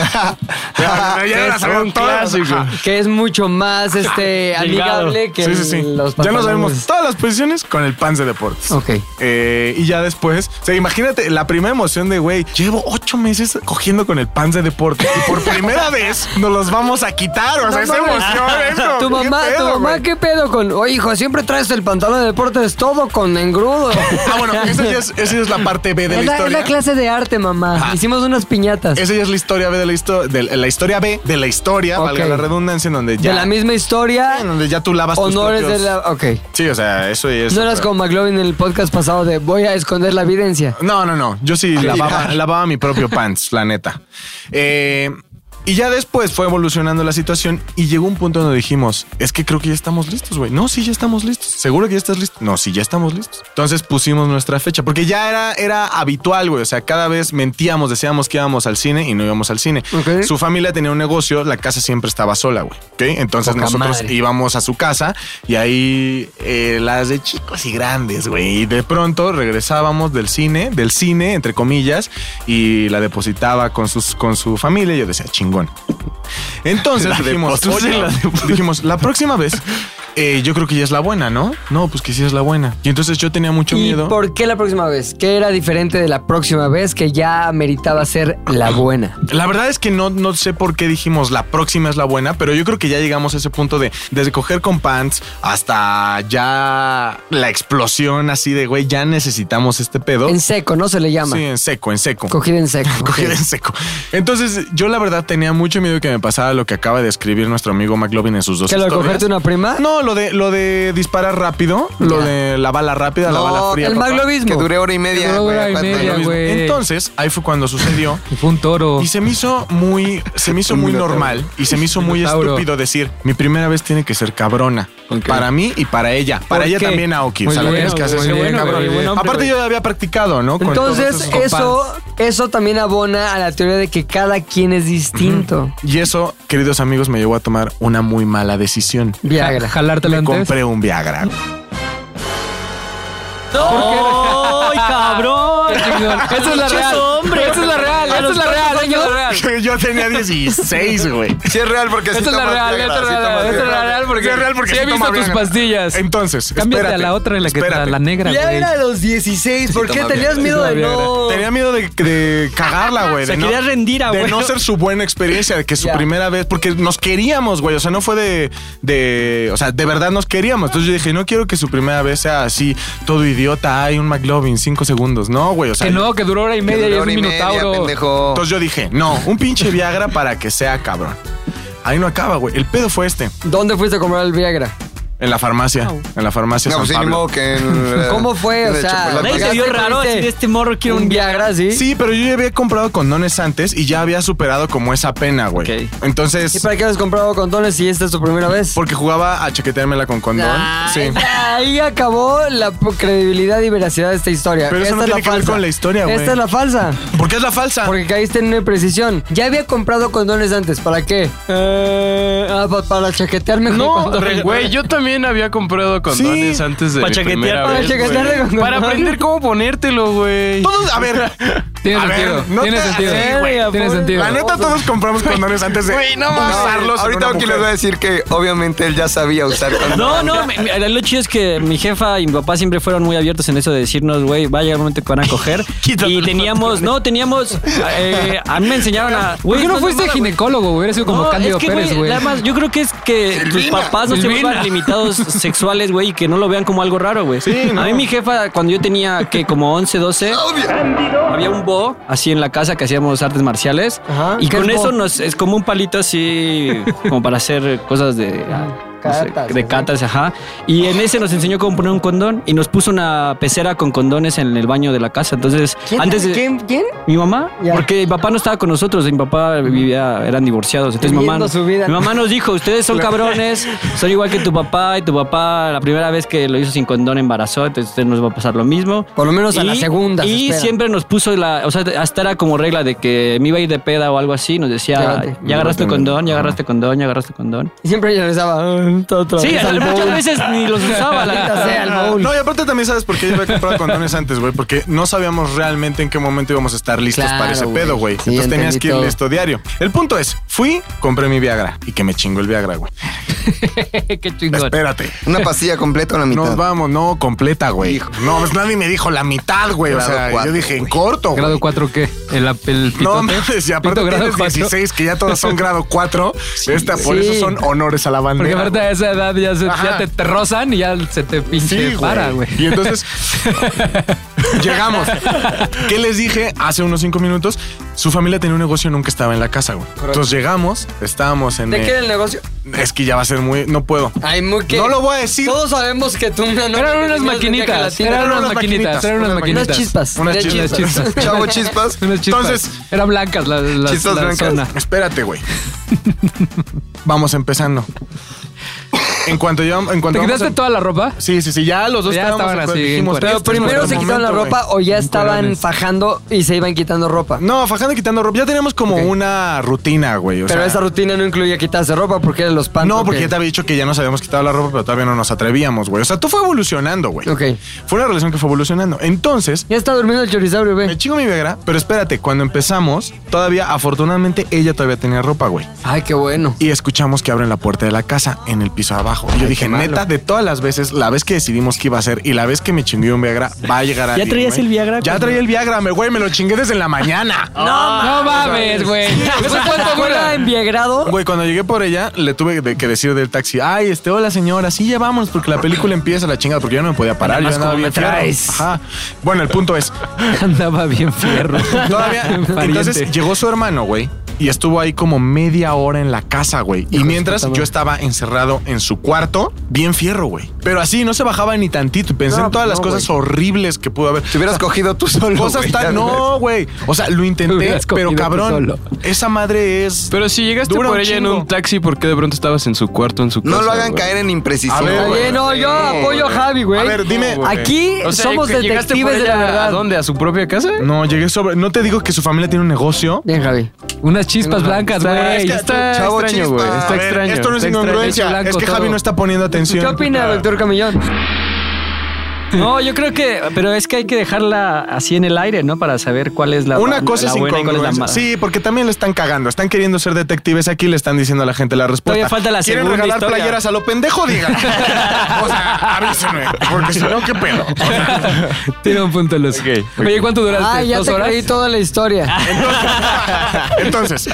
ya ya las sabíamos todas.
clásico.
ajá.
Que es mucho más este
Delgado.
amigable que
Ah, Sí, sí, sí.
los
Ya no
pantalones
sabemos
posiciones.
Todas las posiciones con el Pants de Deportes.
Ok.
Eh, y ya después, o sea, imagínate la primera emoción de, güey, llevo ocho meses cogiendo con el Pants de Deportes y por primera vez nos los vamos a quitar. O sea, esa emoción es como,
Tu
¿qué
mamá, tu
pedo,
mamá,
güey?
¿qué pedo con? Oye, hijo, siempre traes el pantalón de deportes todo con engrudo.
Ah, bueno, esa ya, es, esa ya es la parte B de la
Es la, es
historia.
la clase de arte, mamá.
Ah.
Hicimos unas piñatas.
Esa ya es la historia B de la historia, de la historia B de la historia,
Ok.
valga la redundancia, en donde ya.
de la misma historia,
en donde ya tú lavas tus
honores de
propios-
la... Ok.
Sí, o sea, eso es.
No eras
pero-
como McLovin en el podcast pasado de voy a esconder la evidencia.
No, no, no. Yo sí lavaba, lavaba mi propio pants, la neta. Eh, y ya después fue evolucionando la situación y llegó un punto donde dijimos, es que creo que ya estamos listos, güey. No, sí, ya estamos listos. ¿Seguro que ya estás listo? No, sí, ya estamos listos. Entonces pusimos nuestra fecha, porque ya era, era habitual, güey. O sea, cada vez mentíamos, decíamos que íbamos al cine y no íbamos al cine.
Ok.
Su familia tenía un negocio, la casa siempre estaba sola, güey. ¿Ok? Entonces
Poca
nosotros
madre.
íbamos a su casa y ahí eh, las de chicos y grandes, güey. Y de pronto regresábamos del cine, del cine, entre comillas, y la depositaba con, sus, con su familia. Y yo decía, chingón. Entonces dijimos, "Oye", dijimos, la próxima vez, eh, yo creo que ya es la buena, ¿no? No, pues que sí es la buena. Y entonces yo tenía mucho
¿Y
miedo.
por qué la próxima vez? ¿Qué era diferente de la próxima vez que ya meritaba ser la buena?
La verdad es que no, no sé por qué dijimos la próxima es la buena, pero yo creo que ya llegamos a ese punto de desde coger con pants hasta ya la explosión así de güey, ya necesitamos este pedo.
En seco, ¿no? Se le llama.
sí, en seco, en seco.
Cogida en seco.
Cogida
ok.
en seco. Entonces, yo la verdad tenía mucho miedo que me pasara lo que acaba de escribir nuestro amigo McLovin en sus dos
¿Que lo de
historias.
cogerte una prima?
No, lo de, lo de disparar rápido, lo
Ya.
de la bala rápida, la
No,
bala fría.
El
papá.
maglovismo.
Que duré hora y media.
Duró
güey,
hora y
aguantando.
media,
Lo mismo.
güey.
Entonces, ahí fue cuando sucedió
Fue un toro.
y se me hizo muy, se me hizo muy normal y se me hizo muy
Minotauro.
estúpido decir, mi primera vez tiene que ser cabrona. Para mí y para ella. Para ella
qué?
también Aoki.
Muy
o sea, lo
bueno,
tienes que hacer
muy
ser muy
bueno,
cabrón.
güey, buen hombre,
Aparte
güey.
yo ya había practicado, ¿no? Con todos
Entonces,
esos
eso,
compas.
eso también abona a la teoría de que cada quien es distinto.
Y eso, queridos amigos, me llevó a tomar una muy mala decisión.
Viagra.
Jalártela
Me
antes.
compré un Viagra.
¡Ay, cabrón!
Chingón. Esa es la
Pinches
real.
hombres.
Esa es la real. Esa es la real. Esa es la real.
Yo tenía 16, güey.
Sí es real porque sí
Esta es la
tomas
real,
Viagra,
esta es
sí
la
tomas
real, esta es la
Viagra.
real porque,
Sí, es real porque
sí
sí
he visto
toma
tus
Viagra.
pastillas.
Entonces,
Cámbiate
espérate,
a la otra, la que
espérate.
a la negra,
Ya
güey.
era a los 16. ¿Por qué
toma
tenías
Viagra.
miedo
Sí,
de
toma
no...?
Tenía miedo de, de cagarla, güey.
Se
de no-
quería rendir,
De
güey.
no ser su buena experiencia, de que su
Ya.
primera vez, porque nos queríamos, güey. O sea, no fue de, de. O sea, de verdad nos queríamos. Entonces yo dije, no quiero que su primera vez sea así, todo idiota. Hay un McLovin, cinco segundos. No, güey. O sea,
Que no, que duró hora y media y
Duró
es
hora
un
y media,
minotauro.
pendejo.
Entonces yo dije, no, un pinche Viagra para que sea cabrón. Ahí no acaba, güey. El pedo fue este.
¿Dónde fuiste a comprar el Viagra?
En la farmacia. En la farmacia.
No,
San
pues sí, ni
Pablo.
modo que... en-
¿Cómo fue? O
de
sea,
chocolate.
Nadie se
Pagaste
vio
por
raro
irte.
así de este morro quiere
¿Un
un viaje.
Viagra, sí?
Sí, pero yo ya había comprado condones antes y ya había superado como esa pena, güey.
Ok.
Entonces.
¿Y para qué habías comprado condones si esta es tu primera vez?
Porque jugaba a chaqueteármela con condón.
Ah,
sí.
Ahí acabó la po- credibilidad y veracidad de esta historia.
Pero eso
esta
no
es
tiene
la
que ver
falsa.
con la historia, güey.
Esta es la falsa.
¿Por qué es la falsa?
Porque caíste en una imprecisión. Ya había comprado condones antes. ¿Para qué? Eh, ah, pa- para chaquetearme con
No,
condones.
güey.
Güey, yo también había comprado condones
Sí.
antes de
Pa'
mi
chaquetear,
primera
Para
vez, güey.
chaquetearme
Para
con condones.
aprender cómo ponértelo, güey.
Todos, a ver,
Tiene
A ver,
sentido.
no
Tiene
te-
sentido.
Sí,
güey,
Tiene
pobre.
sentido.
la neta todos compramos condones antes de usarlos. en
Ahorita
una
aquí
mujer.
les voy a decir que obviamente él ya sabía usar condón.
No, no, me- me- lo chido es que mi jefa y mi papá siempre fueron muy abiertos en eso de decirnos, güey, va a llegar un momento que van a coger. y teníamos, no, teníamos, eh, a mí me enseñaron a...
¿Por
Güey,
qué no
es
fuiste
mamada, güey.
ginecólogo, güey? Eres como
No,
Cándido
es que,
Pérez, güey.
nada más, yo creo que es que tus papás no se
Silvina.
vuelvan limitados sexuales, güey, y que no lo vean como algo raro, güey. A mí mi jefa, cuando yo tenía, que como 11, 12, había un bo así en la casa que hacíamos artes marciales.
Ajá.
Y
¿Qué
con
es
eso
bo?
nos, es como un palito así, como para hacer cosas de... ah, no sé,
Catas,
de
¿no?
catas, ajá. Y en ese nos enseñó cómo poner un condón y nos puso una pecera con condones en el baño de la casa. Entonces,
¿Quién?
antes de...
¿Quién? ¿Quién?
Mi mamá,
Ya.
porque mi papá no estaba con nosotros, mi papá vivía, eran divorciados. Entonces mi
Viviendo
mamá,
su vida.
mi mamá nos dijo, ustedes son cabrones, son igual que tu papá, y tu papá la primera vez que lo hizo sin condón embarazó, entonces a ustedes nos va a pasar lo mismo.
Por lo menos a la
Y-
segunda. se
Y
espera.
siempre nos puso la, o sea, hasta era como regla de que me iba a ir de peda o algo así, nos decía,
Llévate.
ya agarraste condón, ya agarraste condón, ya agarraste condón.
Y siempre yo rezaba. "Ah, otra
Sí,
vez al
muchas
bowl".
veces ni los usaba, la
Maldita
neta.
sea el bowl.
No, y aparte también sabes por qué yo había comprado condones antes, güey. Porque no sabíamos realmente en qué momento íbamos a estar listos
Claro,
para ese
güey.
pedo, güey.
Sí,
Entonces tenías
entendí
que ir
todo.
listo diario. El punto es, Fui, compré mi Viagra y que me chingó el Viagra, güey.
Qué chingón.
Espérate.
Una pastilla completa o la mitad.
Nos vamos, no, completa, güey. No, pues nadie me dijo la mitad, güey. O
Grado
sea,
cuatro,
yo dije en
güey.
corto, güey.
¿Grado 4 qué? ¿El, ap- el
No
pitote?
mames, y aparte
Pito grado
tienes
cuatro.
16, que ya todas son grado 4. Esta, por
Sí.
eso son honores a la
Porque
bandera.
aparte
güey.
a esa edad ya, se-
Ajá.
ya te, te rozan y ya se te pinche
Sí,
para, güey.
Y entonces llegamos. ¿Qué les dije hace unos cinco minutos? Su familia tenía un negocio y nunca estaba en la casa, güey. Entonces llegamos, estábamos en.
¿De
eh,
qué era el negocio?
Es que ya va a ser muy. No puedo.
Ah,
Ay, muy que-
No lo voy a decir.
Todos sabemos que tú no. no-
Eran unas
no-
maquinitas.
gelatina.
Eran unas
unas
maquinitas.
maquinitas,
Eran unas
unas
maquinitas.
Unas chispas.
Unas
Eran
chispas.
Chavo chispas.
Unas chispas.
Entonces-
Eran blancas las, las,
Chispas
la
blancas.
zona.
Espérate, güey. Vamos empezando. En cuanto yo. En cuanto
¿Te
vamos
quitaste
a-
toda la ropa?
Sí, sí, sí, ya los dos
Ya
estábamos
estaban
acuerdos,
así,
dijimos,
en
"Este
Pero
es nuestro
primero se quitaron la
momento,
ropa
güey".
o ya estaban
cuerones.
fajando y se iban quitando ropa.
No, fajando y quitando ropa. Ya teníamos como una rutina, güey. o
Pero
sea,
esa rutina no incluía quitarse ropa porque eran los pan.
No,
ok.
porque ya te había dicho que ya nos habíamos quitado la ropa, pero todavía no nos atrevíamos, güey. O sea, tú fue evolucionando, güey.
Ok.
Fue una relación que fue evolucionando. Entonces,
Ya está durmiendo el chorizaurio,
me
ve.
chingo mi Viagra, pero espérate, cuando empezamos, todavía, afortunadamente, ella todavía tenía ropa, güey.
Ay, qué bueno.
Y escuchamos que abren la puerta de la casa en el piso abajo. Y yo dije, neta, de todas las veces, la vez que decidimos que iba a ser y la vez que me chingué un Viagra, va a llegar a.
¿Ya
alguien,
traías
güey.
el Viagra
Ya
pues,
cuando-
traía el Viagra, me, güey, me lo chingué desde la mañana.
No mames, güey. ¿Eso cuánto
¿Fuera
dura?
en Viegrado?
Güey, cuando llegué por ella, le tuve de- que decir del taxi, ay, este, hola señora, sí, ya vámonos, porque la película empieza la chingada, porque yo no me podía parar, yo
Además,
andaba
¿cómo
bien
me traes?
fierro. Ajá. Bueno, el punto es,
Andaba bien fierro.
todavía,
Pariente.
entonces llegó su hermano, güey, y estuvo ahí como media hora en la casa, güey. Y mientras yo estaba encerrado en su cuarto, bien fierro, güey. Pero así, no se bajaba ni tantito, y pensé
No,
en todas las
no,
cosas horribles que pudo haber.
Te hubieras cogido tú solo.
Cosas
güey, ya
tan... No, güey. O sea, lo intenté,
hubieras
pero
cogido tú
cabrón,
solo.
esa madre es...
Pero si llegaste
Dura
por
un
ella en
chingo.
un taxi, ¿por qué de pronto estabas en su cuarto, en su casa?
No lo hagan
güey?
caer en imprecisión.
A ver,
güey.
Oye, no, yo apoyo a Javi, güey.
A ver, dime...
güey.
Aquí
O sea,
somos
¿que llegaste por
detectives de
ella
la
¿A
verdad.
dónde? ¿A su propia casa?
No, llegué sobre. No te digo que su familia tiene un negocio.
Bien, Javi.
Unas chispas blancas, güey.
es que está
Chavo
extraño,
chispa.
güey.
A
Está
A ver,
extraño.
esto no es
está extraño.
incongruencia.
hecho blanco
es que Javi
todo.
no está poniendo atención.
¿Qué opina, doctor Camillón?
No, yo creo que, pero es que hay que dejarla así en el aire, ¿no? Para saber cuál es la
Una
la
cosa es
buena y cuál es la
incongruencia.
mala.
Sí, porque también le están cagando. Están queriendo ser detectives aquí, le están diciendo a la gente la respuesta.
Todavía falta la
¿Quieren
segunda
regalar
historia.
playeras a lo pendejo? Digan. o sea, avísenme. Porque si no, ¿qué pedo? O sea,
Tiene un punto los. Oye, ¿cuánto duraste?
Ah, ya
¿Dos
te
horas?
creí toda la historia.
Entonces.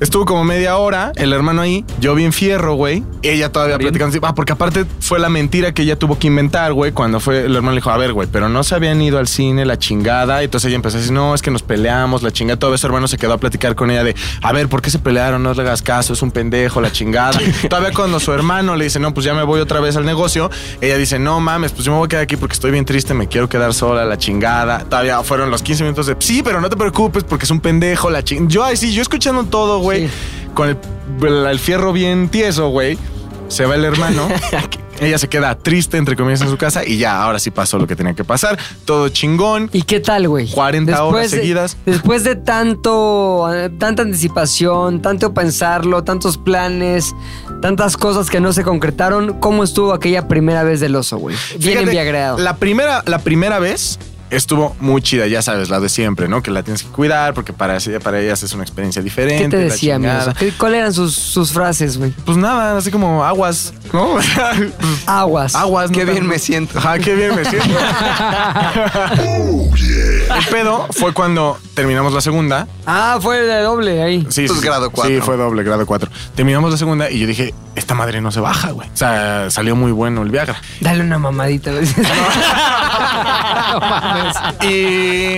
Estuvo como media hora, el hermano ahí, yo bien fierro, güey. Ella todavía platicando. así, Ah, porque aparte fue la mentira que ella tuvo que inventar, güey, cuando fue. El hermano le dijo, a ver, güey, pero no se habían ido al cine, la chingada. Entonces ella empezó a decir, no, es que nos peleamos, la chingada. Todavía su hermano se quedó a platicar con ella de, a ver, ¿por qué se pelearon? No le hagas caso, es un pendejo, la chingada. todavía cuando su hermano le dice, no, pues ya me voy otra vez al negocio, ella dice, no mames, pues yo me voy a quedar aquí porque estoy bien triste, me quiero quedar sola, la chingada. Todavía fueron los 15 minutos de, sí, pero no te preocupes porque es un pendejo, la chingada. Yo ahí sí, yo escuchando todo, güey, con el, el fierro bien tieso, güey. Se va el hermano. Ella se queda triste, entre comillas, en su casa y ya, ahora sí pasó lo que tenía que pasar. Todo chingón.
¿Y qué tal, güey?
40 horas
de-
seguidas.
Después de tanto, eh, tanta anticipación, tanto pensarlo, tantos planes, tantas cosas que no se concretaron, ¿cómo estuvo aquella primera vez del oso, güey? Bien
Fíjate,
enviagreado.
La primera, la primera vez estuvo muy chida, ya sabes, la de siempre, ¿no? Que la tienes que cuidar porque para, ella- para ellas es una experiencia diferente.
¿Qué te
la
decía, mi
chingada.
oso? ¿Qué- ¿Cuáles eran sus, sus frases, güey?
Pues nada, así como aguas, ¿no? Pues
Aguas.
aguas.
Qué
no
bien
tan-
me siento.
Ajá, qué bien me siento. El pedo fue cuando terminamos la segunda.
Ah, fue de doble ahí.
Sí,
Esto
sí,
es
sí.
Pues grado cuatro.
Sí, fue doble, grado 4. Terminamos la segunda y yo dije, esta madre no se baja, güey. O sea, salió muy bueno el Viagra.
Dale una mamadita. güey. No mames.
Y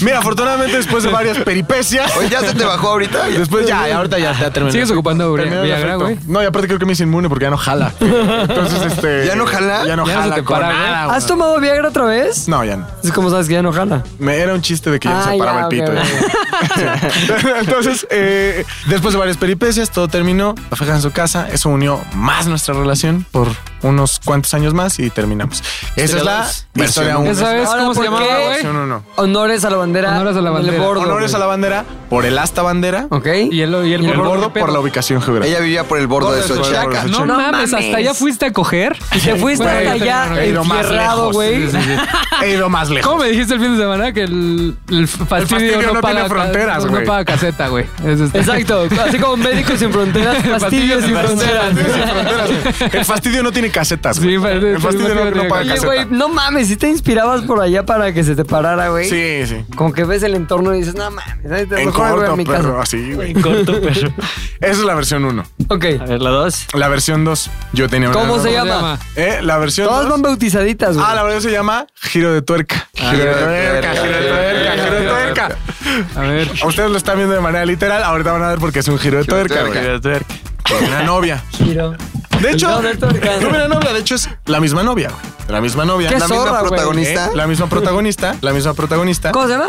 mira, afortunadamente después de varias peripecias,
Oye, ya se te bajó ahorita. Ya.
después ya, ahorita ya, ya terminé.
¿Sigues ocupando
Terminé
Viagra,
el
Viagra,
efecto.
güey?
No, y aparte creo que me hice inmune porque ya no jala. Entonces, este.
¿Ya no jala? Ah,
Ya no
Ya no
jala
se te
con
para, güey.
nada, güey.
¿Has tomado Viagra otra vez?
No, ya no.
Es como sabes que ya no jala.
Me, era un chiste de que ya no
Ah,
se paraba
ya,
el
ok,
pito.
ok,
ya. Entonces, eh, después de varias peripecias, todo terminó. La faja en su casa. Eso unió más nuestra relación por unos cuantos años más y terminamos. Esa es la
dos.
historia 1.
Esa es es?
Ahora,
¿Cómo se
¿por
llamaba,
qué?
güey?
Opción uno.
Honores a la bandera.
Honores a la
en el
bandera.
bordo,
Honores a
güey.
la bandera por el asta bandera
¿Ok?
Y el, y el,
y el
gordo,
bordo
¿qué
por
pedo?
la ubicación geográfica.
Ella vivía por el bordo de
Por el
Xochaca.
bordo de
No,
Xochaca.
mames, hasta allá fuiste a coger.
Y te fuiste
Güey,
hasta
yo tenía
allá
una-
he ido más
enfierrado,
lejos.
güey.
Sí, sí, sí. He ido más lejos.
¿Cómo me dijiste el fin de semana que el, el fastidio,
fastidio no
paga
tiene
ca-
fronteras,
no-
güey?
No paga caseta, güey. Eso está.
Exacto, así como médicos sin fronteras, fastidios sin fronteras.
Fastidio sin fronteras. El fastidio no tiene casetas.
Sí,
güey.
fastidio-
el fastidio no,
fastidio
no
tiene
paga
Oye,
caseta.
güey, no mames, si te inspirabas por allá para que se te parara, güey.
Sí, sí.
Como que ves el entorno y dices, no mames, ahí te
En
mejor voy a
corto,
mi casa.
perro. Así, güey. Esa es la versión 1.
Ok,
A ver, la dos.
La versión 2, yo tenía una.
¿cómo se llama?
Eh, la versión
Todas
dos.
van bautizaditas, güey.
Ah, la versión se llama Giro de Tuerca. Giro de Tuerca, Giro de Tuerca, Giro de Tuerca.
A ver.
A Ustedes lo están viendo de manera literal, ahorita van a ver porque es un giro de tuerca, güey. Con Una novia.
Giro.
De hecho,
No, de tuerca.
no una novia, de hecho es la misma novia, güey. La misma novia.
Qué
la,
zorra,
misma
güey.
protagonista,
¿Eh?
Protagonista.
¿Eh? la misma protagonista, la misma protagonista.
¿Cómo se llama?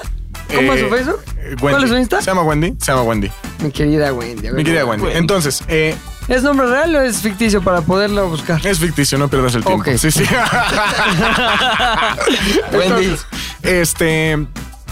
¿Cómo es
Eh,
su Facebook?
eh,
¿Cuál
Wendy.
es su Insta?
Se llama Wendy, se llama Wendy.
Mi querida Wendy. a ver.
Mi querida Wendy. Entonces, eh,
¿Es nombre real o es ficticio para poderlo buscar?
es ficticio, no pierdas el tiempo.
Ok.
Sí, sí.
Wendy.
Entonces, este,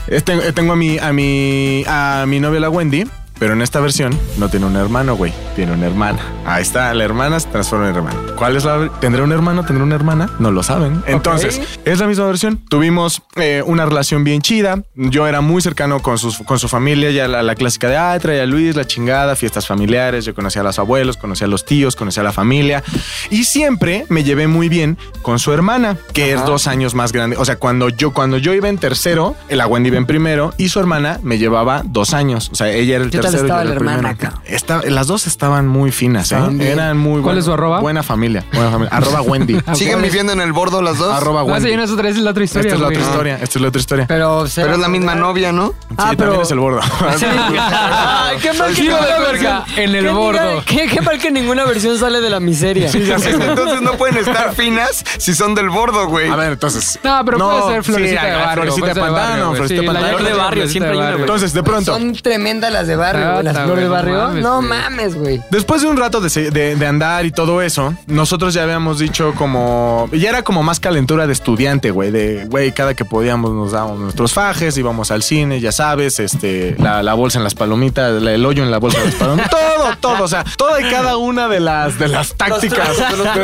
este- tengo a mi, a mi, a mi novia la Wendy, pero en esta versión no tiene un hermano, güey. Tiene una hermana. Ahí está, la hermana se transforma en hermana. ¿Cuál es la? ¿Tendrá un hermano? ¿Tendrá una hermana? No lo saben. Entonces, es la misma versión. Tuvimos eh, una relación bien chida. Yo era muy cercano con, sus, con su familia, ya la, la clásica de, ah, trae a Luis, la chingada, fiestas familiares. Yo conocía a los abuelos, conocía a los tíos, conocía a la familia. Y siempre me llevé muy bien con su hermana, que es dos años más grande. O sea, cuando yo, cuando yo iba en tercero, la Wendy iba en primero y su hermana me llevaba dos años. O sea, ella era el
¿Qué tal
tercero. y yo
estaba
era el
la hermana
primero.
acá?
Esta- las dos estaban muy finas, ¿eh?
Estaban bien.
Eran muy
¿Cuál es su arroba?
Buena familia. Buena familia. Arroba Wendy.
¿Siguen viviendo en el bordo las dos?
Ah, arroba
No, esa
Wendy.
ya Ah, no es otra, esa es la otra historia.
Esta es la otra
güey.
historia. Esta es la otra historia.
Pero, o sea,
Pero es la misma novia, ¿no?
Ah,
sí,
pero-
también es el bordo.
Sí. Ay, qué mal que
Giro
ninguna
de tuerca
versión-
en
qué
el
diga-
bordo.
Qué, qué mal que ninguna versión sale de la miseria.
Entonces no pueden estar finas si son del bordo, güey.
A ver, entonces.
No, pero puede ser florecita
sí,
de barrio.
Florecita
puede
de
ser
pantano,
güey.
florecita
Sí,
de
la
pantano.
flor de barrio, siempre hay una, güey.
Entonces, de pronto.
Son tremendas las de barrio, güey, las
Nata,
flores de
güey, no
barrio.
mames,
no
güey.
mames, güey.
Después de un rato de, se- de- de andar y todo eso, nosotros ya habíamos dicho como... Ya era como más calentura de estudiante, güey. De, güey, cada que podíamos nos dábamos nuestros fajes, íbamos al cine, ya sabes, este, la, la bolsa en las palomitas, la- el hoyo en la bolsa de las palomitas. todo, todo, o sea, toda y cada una de las, de las tácticas.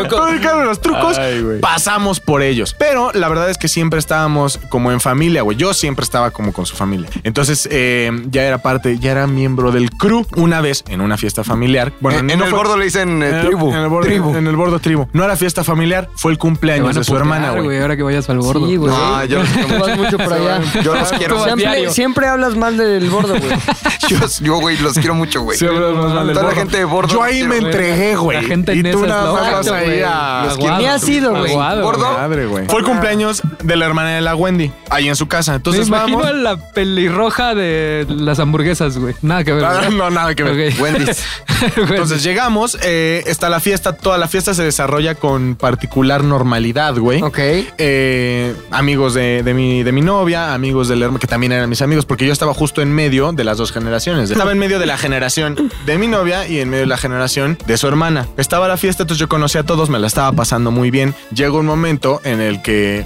Todo y cada uno de los trucos pasamos por ellos. Pero la verdad es que siempre estábamos como en familia, güey. Yo siempre estaba como con su familia. Entonces, eh, ya era parte, ya era miembro del crew una vez en una fiesta familiar. Bueno,
en,
no
en el
fue-
bordo le dicen eh,
en el-
tribu.
En el, bordo,
tribu.
en el bordo tribu. No era fiesta familiar, fue el
Te
cumpleaños
van a
de su
putear,
hermana, güey.
Ahora que vayas al bordo.
Sí, güey.
No, yo los
Tú
quiero
vas mucho por allá.
mucho. Yo los quiero
Tú vas-
Siempre,
diario.
siempre hablas mal del bordo, güey.
Yo, yo, güey, los quiero mucho, güey.
Sí, hablamos más mal del
Toda la
bordo.
gente de bordo.
Yo ahí
los
me
quiero.
entregué, güey.
La gente
y
en
tú
esas
nada más
locas,
vas ahí
güey.
a-
Los quiero.
Ni ha sido, güey.
Aguado,
Gordo.
Madre, güey. Fue el cumpleaños de la hermana de la Wendy, ahí en su casa. Entonces
Me imagino
vamos.
a la pelirroja de las hamburguesas, güey. Nada que ver.
Ah,
¿verdad?
No, nada que ver.
Ok.
Wendy's.
Güey.
Entonces llegamos, eh, está la fiesta, toda la fiesta se desarrolla con particular normalidad, güey.
Ok.
Eh, amigos de, de mi, de mi novia, amigos del hermano, que también eran mis amigos, porque yo estaba justo en medio de las dos generaciones. Estaba en medio de la generación de mi novia y en medio de la generación de su hermana. Estaba la fiesta, entonces yo conocí a todos, me la estaba pasando muy bien. Llegó un momento en el que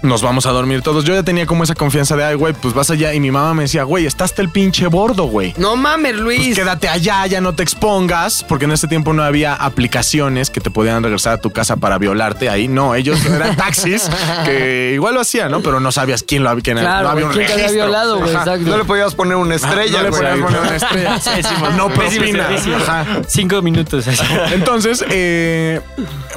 nos vamos a dormir todos. Yo ya tenía como esa confianza de, ay, güey, pues vas allá. Y mi mamá me decía, güey, estás hasta el pinche bordo, güey
No mames,
pues
Luis.
quédate allá, ya no te expongas, porque en ese tiempo no había aplicaciones que te podían regresar a tu casa para violarte. Ahí no, ellos eran taxis que igual lo hacían, ¿no? Pero no sabías quién lo había, quién
Claro,
no
güey,
había un
quién te había
registro.
violado, güey,
Ajá.
exacto.
No le podías poner una estrella,
No le
güey.
podías poner una estrella.
Pésimo
No propina.
servicio.
Ajá.
Cinco minutos. así.
Entonces, eh,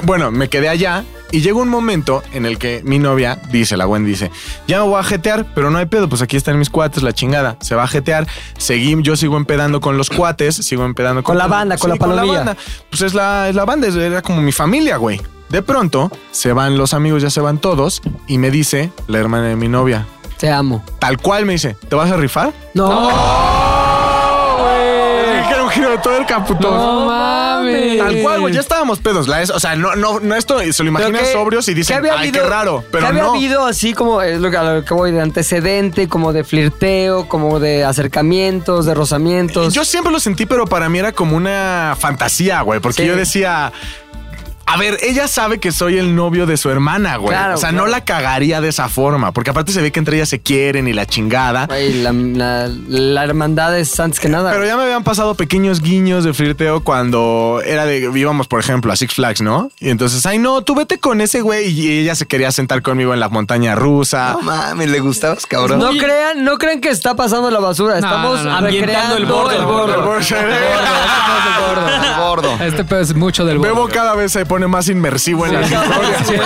bueno, me quedé allá y llegó un momento en el que mi novia dice, la Gwen dice, ya me voy a jetear, pero no hay pedo, pues aquí están mis cuates, la chingada, se va a jetear, seguí, yo sigo empedando con los cuates, sigo empedando
Con la banda, con la palomilla.
banda. Pues es la, es la banda, es- era como mi familia, güey. De pronto, se van los amigos, ya se van todos, y me dice la hermana de mi novia,
Te amo.
tal cual me dice, ¿te vas a rifar?
No. Eh,
Que era un giro de todo el caputo.
No mames.
Tal cual, güey, ya estábamos pedos. la es- o sea, no, no, no esto se lo imaginas sobrios y dicen, ay, qué raro. Pero
¿qué había
no.
habido así como, es lo que, a lo que voy, de antecedente, como de flirteo, como de acercamientos, de rozamientos?
Yo siempre lo sentí, pero para mí era como una fantasía, güey, porque
Sí.
yo decía. A ver, ella sabe que soy el novio de su hermana, güey.
Claro,
o sea,
claro.
no la cagaría de esa forma, porque aparte se ve que entre ellas se quieren y la chingada.
Güey, la, la- la hermandad es antes que nada.
Pero ya me habían pasado pequeños guiños de flirteo cuando era de íbamos, por ejemplo, a Six Flags, ¿no? Y entonces, ay, no, tú vete con ese güey. Y ella se quería sentar conmigo en la montaña rusa.
No mames, le gustabas, cabrón.
No crean, no crean que está pasando la basura. Estamos
no,
recreando
no.
Ambientando el bordo,
el bordo.
El bordo.
Gordo.
Este pedo es mucho del
Bebo
bordo.
cada vez se pone más inmersivo en las historias. güey.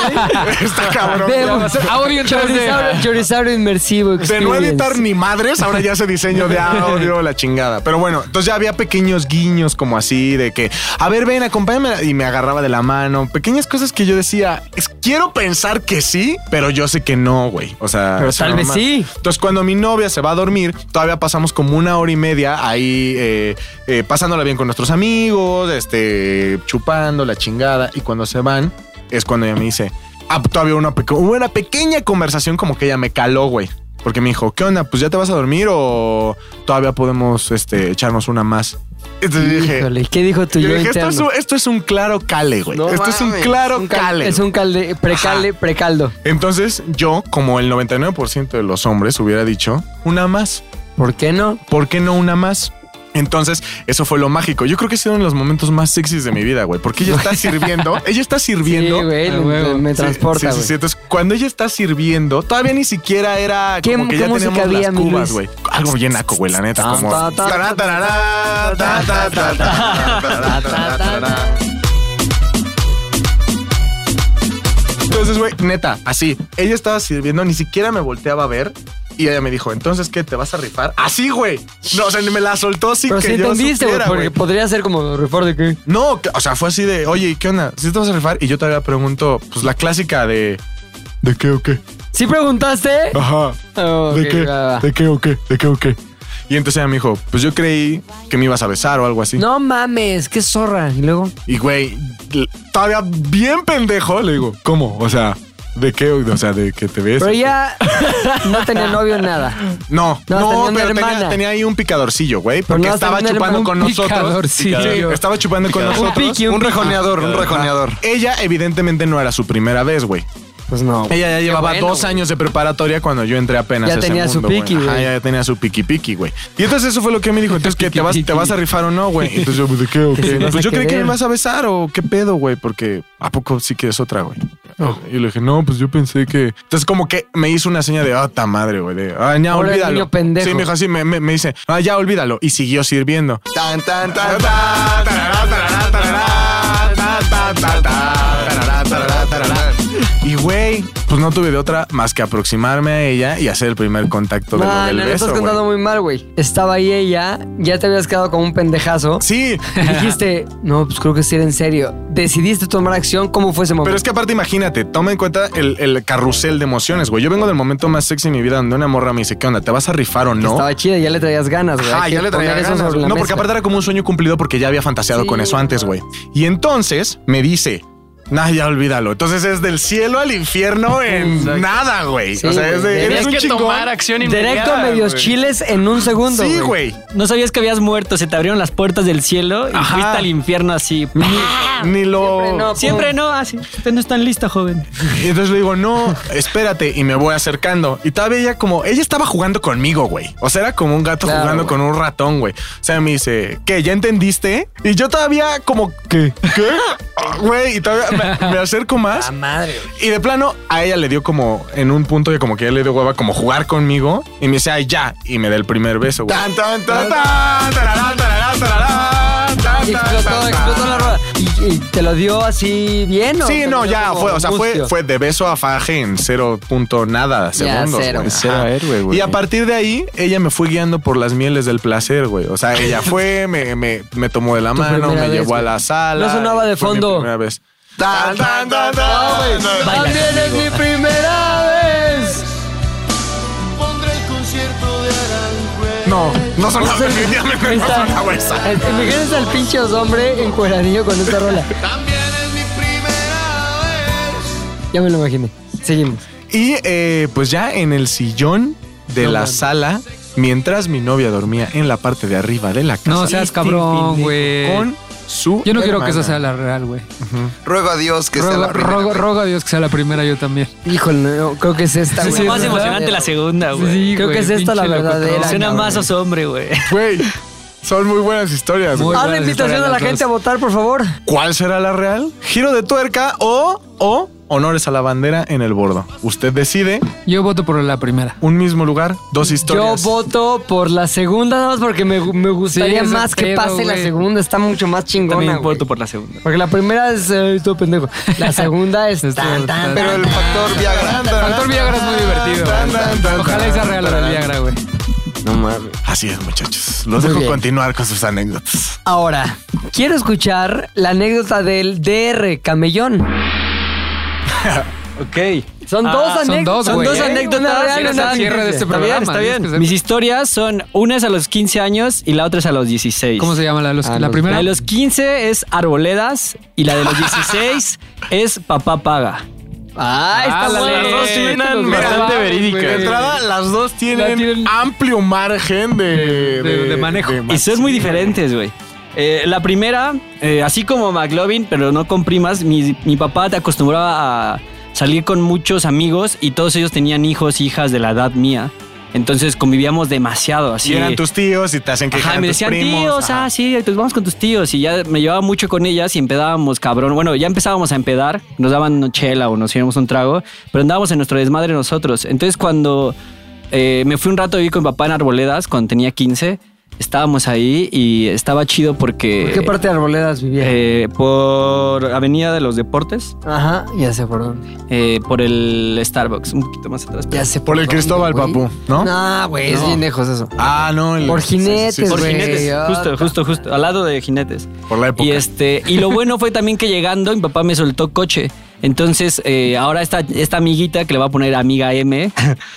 Está cabrón.
Bebo.
Ya.
Audio en 3D.
Chorizaurio- Chorizaurio inmersivo.
De no
experience.
editar ni madres, ahora ya se diseño de audio, la chingada. Pero bueno, entonces ya había pequeños guiños como así de que, a ver, ven, acompáñame. Y me agarraba de la mano. Pequeñas cosas que yo decía, es- quiero pensar que sí, pero yo sé que no, güey. O sea,
Pero
es una
tal vez
mamá.
sí.
Entonces, cuando mi novia se va a dormir, todavía pasamos como una hora y media ahí eh, eh, pasándola bien con nuestros amigos, este, chupando la chingada. Y cuando se van, es cuando ella me dice, ah, todavía una, peque- hubo una pequeña conversación como que ella me caló, güey. Porque me dijo, ¿qué onda? Pues ya te vas a dormir o todavía podemos este, echarnos una más. Entonces dije,
Híjole, ¿qué dijo tu
yo
yo
dije, esto,
interno?
es un, esto es un claro cale, güey.
No
esto es un
mames,
claro
Un cal-
cale.
Es un calde, precalde, precaldo.
Entonces yo, como el 99% de los hombres, hubiera dicho, una más.
¿Por qué no?
¿por qué no una más? Entonces, eso fue lo mágico. Yo creo que ha sido uno de los momentos más sexys de mi vida, güey. Porque ella está sirviendo. ella está
Sí,
sirviendo.
güey,
Ah, huevo.
me, me
Sí,
transporta,
sí,
güey.
sí, sí. Entonces, cuando ella está sirviendo, todavía ni siquiera era
¿Qué-
como que
qué
ya
música
teníamos
había,
las
mi
cubas,
Luis?
güey. Algo bien naco, güey, la neta. Como...
Ta, ta, ta,
Tararara, ta, ta, ta, ta, ta, ta, ta, ta. Entonces, güey, neta, así. Ella estaba sirviendo, ni siquiera me volteaba a ver. Y ella me dijo, entonces, ¿qué? ¿Te vas a rifar? Así, güey. No, o sea, me la soltó sin
Pero
que
sí
yo
entendiste, güey,
supiera,
porque
güey.
podría ser como refor de que...
No, que- o sea, fue así de, oye, ¿y ¿qué onda? ¿Sí te vas a rifar? Y yo todavía pregunto, pues la clásica de. ¿De qué o qué?
¿Sí preguntaste?
Ajá.
Oh, ok,
¿De qué?
va, va.
¿De qué o qué? ¿De qué o qué? Y entonces ella me dijo, pues yo creí que me ibas a besar o algo así.
No mames, qué zorra. Y luego,
Y güey, l- todavía bien pendejo, le digo, ¿cómo? O sea, ¿de qué? O sea, ¿de que te ves?
pero ya no tenía novio nada.
No,
No, tenía
no,
una
pero tenía,
hermana.
tenía ahí un picadorcillo, güey,
Pero
porque
no,
estaba
tenía una
chupando
hermana,
con
un
nosotros.
picadorcillo.
Sí, Estaba chupando con
Picador.
nosotros.
piqui,
Un rejoneador, un rejoneador.
Ella evidentemente no era su primera vez, güey.
Pues no.
Ella ya llevaba dos años de preparatoria cuando yo entré apenas.
Ya
a ese
tenía su
mundo,
piqui,
Ajá,
güey.
Ella ya tenía su piqui piqui, güey. Y entonces eso fue lo que me dijo. Entonces, ¿qué, te, vas, ¿te vas a rifar o no, güey? Entonces yo, ¿de qué o
se
qué?
vas a
Pues yo creí que
querer.
me vas a besar o qué pedo, güey, porque ¿a poco sí quieres otra, güey? Y le dije, no, pues yo pensé que. Entonces, como que me hizo una seña de, ah, ta madre, güey, de, ah, ya,
Ahora el
olvídalo.
niño pendejo.
Sí, me dijo así, me, me- me dice, ah, ya, olvídalo. Y siguió sirviendo.
Tan, tan, tan, tan.
Ta, tarará, tarará, tarará, ta, ta, ta, ta, tarará, tarará, tarará. Y güey, pues no tuve de otra más que aproximarme a ella y hacer el primer contacto de lo
No,
del
no, lo
beso.
estás
güey.
contando muy mal, güey. Estaba ahí ella, ya te habías quedado como un pendejazo.
Sí,
Dijiste, no, pues creo que sí era en serio. Decidiste tomar acción, ¿cómo fue ese momento?
pero es que aparte imagínate, toma en cuenta el, el carrusel de emociones, güey. Yo vengo del momento más sexy de mi vida donde una morra me dice, ¿qué onda? ¿Te vas a rifar o
Que
no?
Estaba chida, ya le traías ganas, güey.
Ah,
Hay
ya
que
le traía
poner eso
ganas.
sobre la
No, porque
mezcla.
aparte era como un sueño cumplido porque ya había fantaseado
Sí.
con eso antes, güey. Y entonces me dice, nah, ya olvídalo. Entonces es del cielo al infierno en nada, güey.
Sí,
o sea, es
güey.
de, eres
Tenías
un
que
chingón.
tomar acción inmediata.
Directo a medios
güey.
chiles en un segundo.
Sí, güey.
No sabías que habías muerto, se te abrieron las puertas del cielo y
Ajá.
fuiste al infierno así.
Ni
Ah, Siempre
lo.
no.
Siempre no, así. Usted no es tan lista, joven.
Y entonces le digo, no, espérate. Y me voy acercando. Y todavía ella como, ella estaba jugando conmigo, güey. O sea, era como un gato
Claro,
jugando
güey.
con un ratón, güey. O sea, me dice, ¿qué? ¿Ya entendiste? Y yo todavía como, ¿qué? ¿Qué? Ah, Güey, y todavía me, me acerco más.
La madre, güey.
Y de plano, a ella le dio como en un punto que como que ya le dio hueva como jugar conmigo. Y me dice, ay, ya. Y me da el primer beso, güey.
Tan, tan, tan, tan.
Tararán, tararán, tararán, tararán, tan,
Y
tan,
Explotó,
tan,
explotó
tan.
la rueda. ¿Y, y te lo dio así bien? ¿o
Sí,
te
no,
lo dio
ya
como
fue, o sea, fue,
mustio?
fue de beso a faje en cero punto nada segundos.
cero,
güey.
güey.
Cero
Ajá.
héroe, güey.
Y a partir de ahí, ella me fue guiando por las mieles del placer, güey. O sea, ella fue, me, me, me tomó de la
Tu
mano,
primera
me
vez,
llevó a
güey.
la sala.
No sonaba de
Fue mi
fondo.
primera vez.
Tan, tan, tan, tan.
También es mi primera vez.
No, no sonaba, definitivamente
Ahí
no
está.
sonaba esa.
Eh, Imagínense al pinche hombre encueradillo con esta rola. Ya me lo imaginé. Seguimos.
Y eh, pues ya en el sillón de la sala, mientras mi novia dormía en la parte de arriba de la casa,
No seas cabrón, güey.
con su.
Yo no quiero que
hermana.
esa sea la real, güey.
Ruego a Dios que sea
Rogo,
la primera.
rogo-
güey.
rogo a Dios que sea la primera yo también.
Híjole, no, creo que es esta,
Sí,
güey.
sí,
más
¿verdad?
emocionante la segunda, güey.
Sí,
Creo
güey,
que es esta la
pinche locotrón.
verdadera.
Suena
cabrón.
más os hombre, güey.
Güey, son muy buenas historias.
Muy
güey.
Haz la
buenas
invitación
historias
a la
las
gente a
dos.
votar, por favor.
¿Cuál será la real? Giro de tuerca o, o honores a la bandera en el bordo. Usted decide.
Yo voto por la primera.
Un mismo lugar, dos
Yo
historias.
voto por la segunda, nada más porque me, me gustaría
Sí, ese
más que
pedo,
pase la
güey.
segunda. Está mucho más chingona,
También
güey.
voto por la segunda.
Porque la primera es eh, todo pendejo. La segunda es
Este,
Esto
tan, tan,
está-
Pero el factor Viagra.
Factor Viagra es muy divertido. Ojalá y sea real la del Viagra, güey.
No mames.
Así es, muchachos. Los
Muy
dejo
bien.
continuar con sus anécdotas.
Ahora, quiero escuchar la anécdota del DR Camellón.
Ok.
Son
Ah,
dos
son
anécdotas.
dos, güey.
dos
Una
anécdotas.
real,
Una
una
ficticia.
cierre de este
Está bien, está
programa, tienes que
bien.
ser-
Mis historias son, una es a los 15 años y la otra es a los 16.
¿Cómo se llama la, de los-
Ah,
la
los-
primera?
La de los 15 es Arboledas y la de los 16 es Papá Paga.
Ah, está
Ah, la-
buena.
las dos tienen
bastante
bastante
verídicas. De entrada, las dos tienen,
La tienen-
amplio margen de,
De- de manejo.
Y son muy
sí,
diferentes, güey. Eh, la primera, eh, así como McLovin, pero no con primas, mi, mi papá te acostumbraba a salir con muchos amigos y todos ellos tenían hijos, hijas de la edad mía. Entonces convivíamos demasiado.
güey.
Así.
Y eran tus tíos y te hacen que
Ajá, me decían tíos, ah, sí, pues vamos con tus tíos. Y ya me llevaba mucho con ellas y empedábamos, cabrón. Bueno, ya empezábamos a empedar, nos daban una chela o nos íbamos un trago, pero andábamos en nuestro desmadre nosotros. Entonces, cuando eh, me fui un rato a vivir con mi papá en Arboledas, cuando tenía 15, estábamos ahí y estaba chido porque.
¿Por qué parte de Arboledas vivía?
eh, por Avenida de los Deportes,
Ajá, ya sé por dónde.
eh, por el Starbucks, un poquito más atrás.
Ya sé
Por el
dónde,
Cristóbal,
güey.
papu, ¿no?
No, güey, es
No.
bien lejos eso.
Ah, no. el-
Por
sí, sí, sí,
jinetes,
sí, sí,
Por
güey.
jinetes, justo, justo, justo, al lado de jinetes.
Por la época.
Y este, y lo bueno fue también que llegando, mi papá me soltó coche. Entonces, eh, ahora esta, esta amiguita que le va a poner amiga M,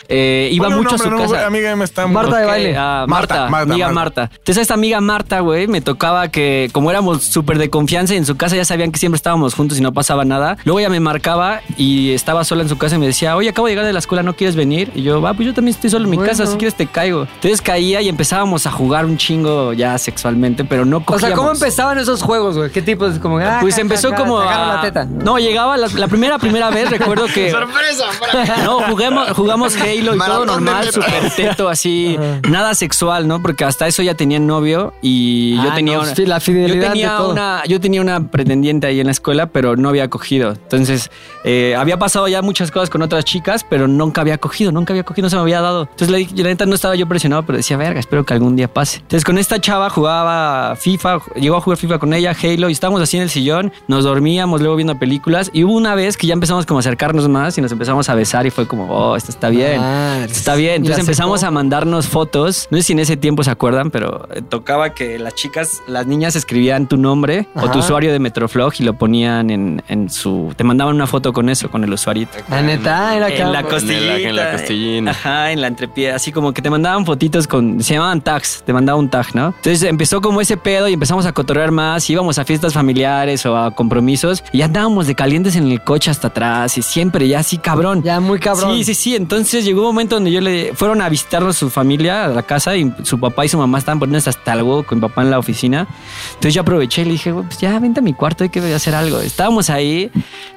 eh, iba
Ponle un
mucho a su
nombre, no,
casa.
Amiga, me está
Marta de
Ok,
baile.
ah,
Marta,
Marta,
Marta,
amiga
Marta.
Marta. Entonces, esta amiga Marta, güey, me tocaba que, como éramos súper de confianza y en su casa ya sabían que siempre estábamos juntos y no pasaba nada. Luego ella me marcaba y estaba sola en su casa y me decía, oye, acabo de llegar de la escuela, ¿no quieres venir? Y yo, va, pues yo también estoy solo en mi
Bueno.
casa, si quieres te caigo. Entonces caía y empezábamos a jugar un chingo ya sexualmente, pero no
O
cogíamos.
sea, ¿cómo empezaban esos juegos, güey? ¿Qué tipo? Como, ah,
Pues
ja,
empezó
ja, ja,
como
sacaron
a...
la teta.
No, llegaba la, la primera, primera vez, recuerdo que... ¡Sorpresa! No, jugamos, jugamos Halo y todo
Maratón de
normal,
tetas.
súper teto, así, nada sexual, ¿no? Porque hasta eso ya tenía novio y yo
Ah,
tenía
no,
una...
sí, la fidelidad
yo tenía
de todo.
una Yo tenía una pretendiente ahí en la escuela, pero no había cogido. Entonces, eh, había pasado ya muchas cosas con otras chicas, pero nunca había cogido, nunca había cogido, no se me había dado. Entonces, la, la neta no estaba yo presionado, pero decía, verga, espero que algún día pase. Entonces, con esta chava jugaba FIFA, llegó a jugar FIFA con ella, Halo, y estábamos así en el sillón, nos dormíamos, luego viendo películas, y hubo una vez que ya empezamos como a acercarnos más y nos empezamos a besar y fue como, oh, esto está bien.
Ah,
Está bien,
¿y
entonces
aceptó?
empezamos a mandarnos fotos. No sé si en ese tiempo se acuerdan, pero eh, tocaba que las chicas, las niñas escribían tu nombre o
Ajá.
tu usuario de Metroflog y lo ponían en, en su. Te mandaban una foto con eso, con el usuarito.
La neta, ah, era
En la
cabrón.
costillita.
en la costillina.
Ajá, en la entrepié. Así como que te mandaban fotitos con. Se llamaban tags, te mandaba un tag, ¿no? Entonces empezó como ese pedo y empezamos a cotorrear más. Íbamos a fiestas familiares o a compromisos y ya andábamos de calientes en el coche hasta atrás y siempre, ya así cabrón.
Ya muy cabrón.
Sí, sí, sí. Entonces llegó un momento donde yo le. Fueron a visitarnos su familia a la casa y su papá y su mamá estaban poniendo hasta el huevo con mi papá en la oficina. Entonces yo aproveché y le dije, "Güey, pues ya vente a mi cuarto, hay que hacer algo. Estábamos ahí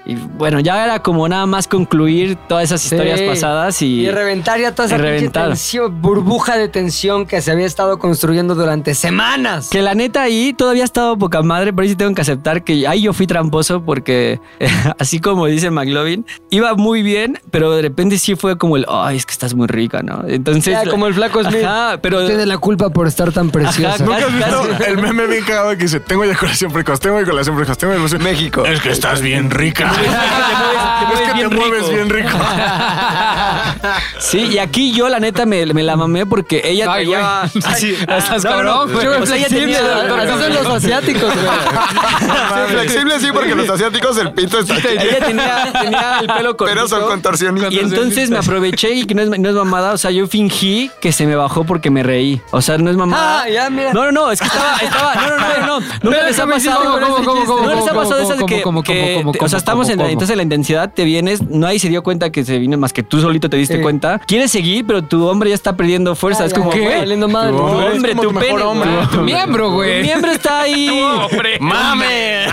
y bueno, ya era como nada más concluir todas esas
Sí.
historias pasadas y.
Y reventar ya toda esa
Y
pinche
reventar.
tensión, burbuja de tensión que se había estado construyendo durante semanas.
Que la neta ahí todavía ha estado poca madre, pero ahí sí tengo que aceptar que ahí yo fui tramposo porque, así como dice McLovin, iba muy bien, pero de repente sí fue como el, ay, es que estás muy rica, ¿no? Entonces.
Ya, como el flaco Smith.
Ajá, pero.
Tiene la culpa por estar tan preciosa.
Ajá,
¿Nunca has visto
Casi.
el meme bien cagado que dice, tengo eyaculación precoz, tengo eyaculación precoz, tengo eyaculación...
México.
Es que estás bien rica.
te mueves- te mueves
es que te
bien
mueves
rico.
bien rico.
Sí, y aquí yo la neta me, me la mamé porque ella
Ay,
traía...
güey.
Así,
Estás
no, no,
cabrón,
no,
güey.
o sea, ella tenía-
Así son los asiáticos, güey.
Flexible sí, porque los asiáticos el pito está
Te
Ella tenía, tenía el pelo cortito.
Pero son contorsionistas.
Y entonces me aproveché y que no es, no es mamada, o sea, yo fingí que se me bajó porque me reí. O sea, no es mamada.
Ah, ya, mira.
No, no, no, es que estaba, estaba, no, no, no, no, no. Nunca
Pero
les ha
déjame decirte,
pasado,
¿cómo, cómo, cómo, cómo,
no les ha
cómo,
pasado eso de
cómo,
que,
cómo, cómo,
que-
cómo,
o sea,
cómo,
estamos en la,
cómo?
entonces en la intensidad, te vienes, nadie se dio cuenta que se vino más que tú solito te diste
Sí.
cuenta. Quieres seguir, pero tu hombre ya está perdiendo fuerza.
Ah,
es
ya,
como,
ya,
güey,
valiendo madre.
tu
No,
es
hombre,
como
tu
tu
pene,
mejor hombre.
güey.
Tu miembro,
Tu
güey.
miembro está ahí.
¡Mame!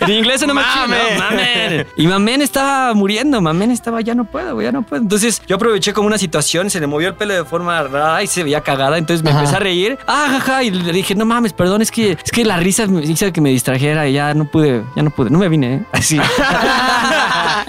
En inglés no me mames. Mamen. Y Mamen estaba muriendo. Mamen estaba, ya no puedo, güey, ya no puedo. Entonces yo aproveché como una situación, se le movió el pelo de forma rara y se veía cagada. Entonces me empecé a reír. Ah, jaja. Y le dije, no mames, perdón, es que, es que la risa me hizo que me distrajera y ya no pude, ya no pude. No me vine, ¿eh? Así.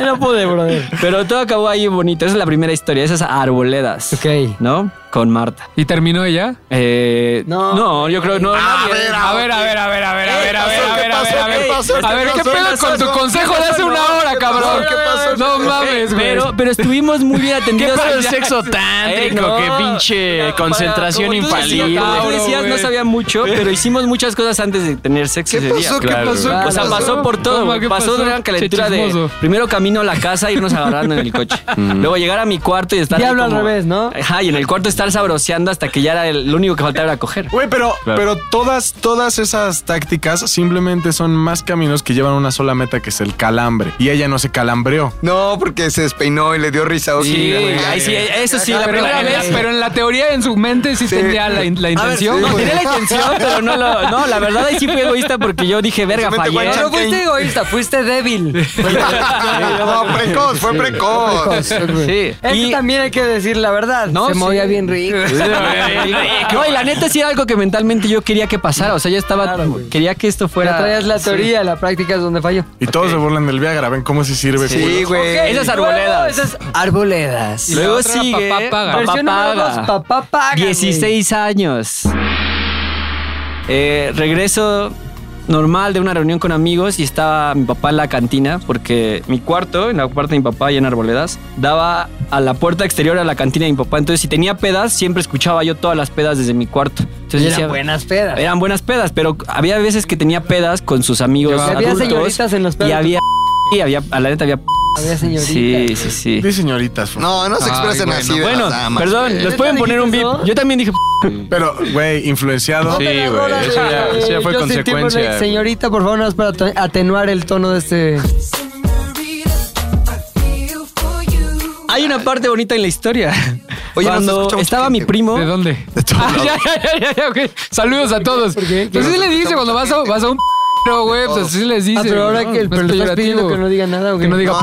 no pude, brother. Pero todo acabó ahí bonito. Esa es la primera historia. Esas arboledas.
Ok.
¿No? Con Marta.
¿Y terminó ella?
Eh,
No.
no. yo creo no. nadie.
A ver, a ver, a ver, a ver, a
Eh,
ver, a ver, a ver, a ver, a ver.
¿Qué pasó? ¿Qué
A ver, ¿qué
pasó?
pedo
¿Qué
con tu
pasó?
consejo de hace una hora, cabrón?
¿Qué pasó?
No mames,
Ey,
güey.
Pero, pero estuvimos muy bien
¿Qué
atendidos.
pedo el
allá.
sexo tántrico?
Eh, no.
¿Qué pinche
Mira,
concentración
para- como tú decías,
infalible?
como tú decías, no
güey.
sabía mucho, pero hicimos muchas cosas antes de tener sexo
¿Qué
ese día.
pasó? ¿Qué
claro.
pasó?
O sea,
¿Qué
pasó por todo.
Toma,
güey.
¿qué
pasó
pasó?
de una calentura
Che,
de
chismoso.
primero camino a la casa, irnos agarrando en el coche. Luego llegar a mi cuarto y estar. ahí
Diablo al
como-
revés, ¿no?
Ajá, y en el cuarto estar sabroseando hasta que ya era el- lo único que faltaba era coger.
Güey, pero, pero todas, todas esas tácticas simplemente son más caminos que llevan una sola meta, que es el calambre. Y ella no se calambreó.
No, porque se despeinó y le dio risa. a
Sí,
Ojeda, Oh, güey.
ahí sí, eso sí, la
Pero en
primera
la-
vez.
pero en la teoría, en su mente, sí tenía la, in- la intención.
sí,
No,
güey.
tenía la intención, pero no lo. No, la verdad ahí sí fui egoísta porque yo dije, verga,
Solamente
fallé.
guacha.
No fuiste egoísta, fuiste débil.
No, precoz, fue precoz.
Sí.
Eso
Y-
también hay que decir la verdad.
No,
se
sí.
movía bien rico.
No, y la neta sí era algo que mentalmente yo quería que pasara. O sea, yo estaba.
Claro, güey.
quería que esto
Pero
fuera.
traías la teoría, la práctica es donde falló.
Y todos se burlan del Viagra. Ven cómo se sirve.
Sí,
culos.
güey.
Ok, Esas arboledas.
Esas arboledas.
Y la
Luego
otra,
sigue.
papá paga.
Versión número dos, papá paga, güey.
16 años. Eh, regreso normal de una reunión con amigos y estaba mi papá en la cantina porque mi cuarto, en la parte de mi papá y en Arboledas, daba a la puerta exterior a la cantina de mi papá. Entonces, si tenía pedas, siempre escuchaba yo todas las pedas desde mi cuarto. Entonces,
Eran
decía,
buenas pedas.
Eran buenas pedas, pero había veces que tenía pedas con sus amigos
Había
adultos.
señoritas en las pedas.
Y había... Y había... A la neta había...
Había señoritas.
Sí, sí, sí.
Di señoritas. por
No, no se expresen
bueno,
así. de
Bueno,
las damas,
perdón,
güey.
les pueden poner un bip.
dijiste eso?
Yo también dije...
Pero, güey, influenciado.
Sí, güey, eso ya- eso ya fue
Yo sentí por
consecuencia,
la-
güey.
Señorita, por favor, nada más para to- atenuar el tono de este.
Hay una parte bonita en la historia.
Oye, nos
Cuando
escucha mucha
estaba mi
gente.
primo...
¿De dónde? Ah, ya, ya, ya, ya, ok. Saludos a todos. Pues sí les dice cuando vas a, vas a un pero, güey, pues así les dice.
Ah, pero ahora
¿no?
que el
No es
pero le estás pidiendo
peyorativo.
que no diga nada, güey.
Que no diga p-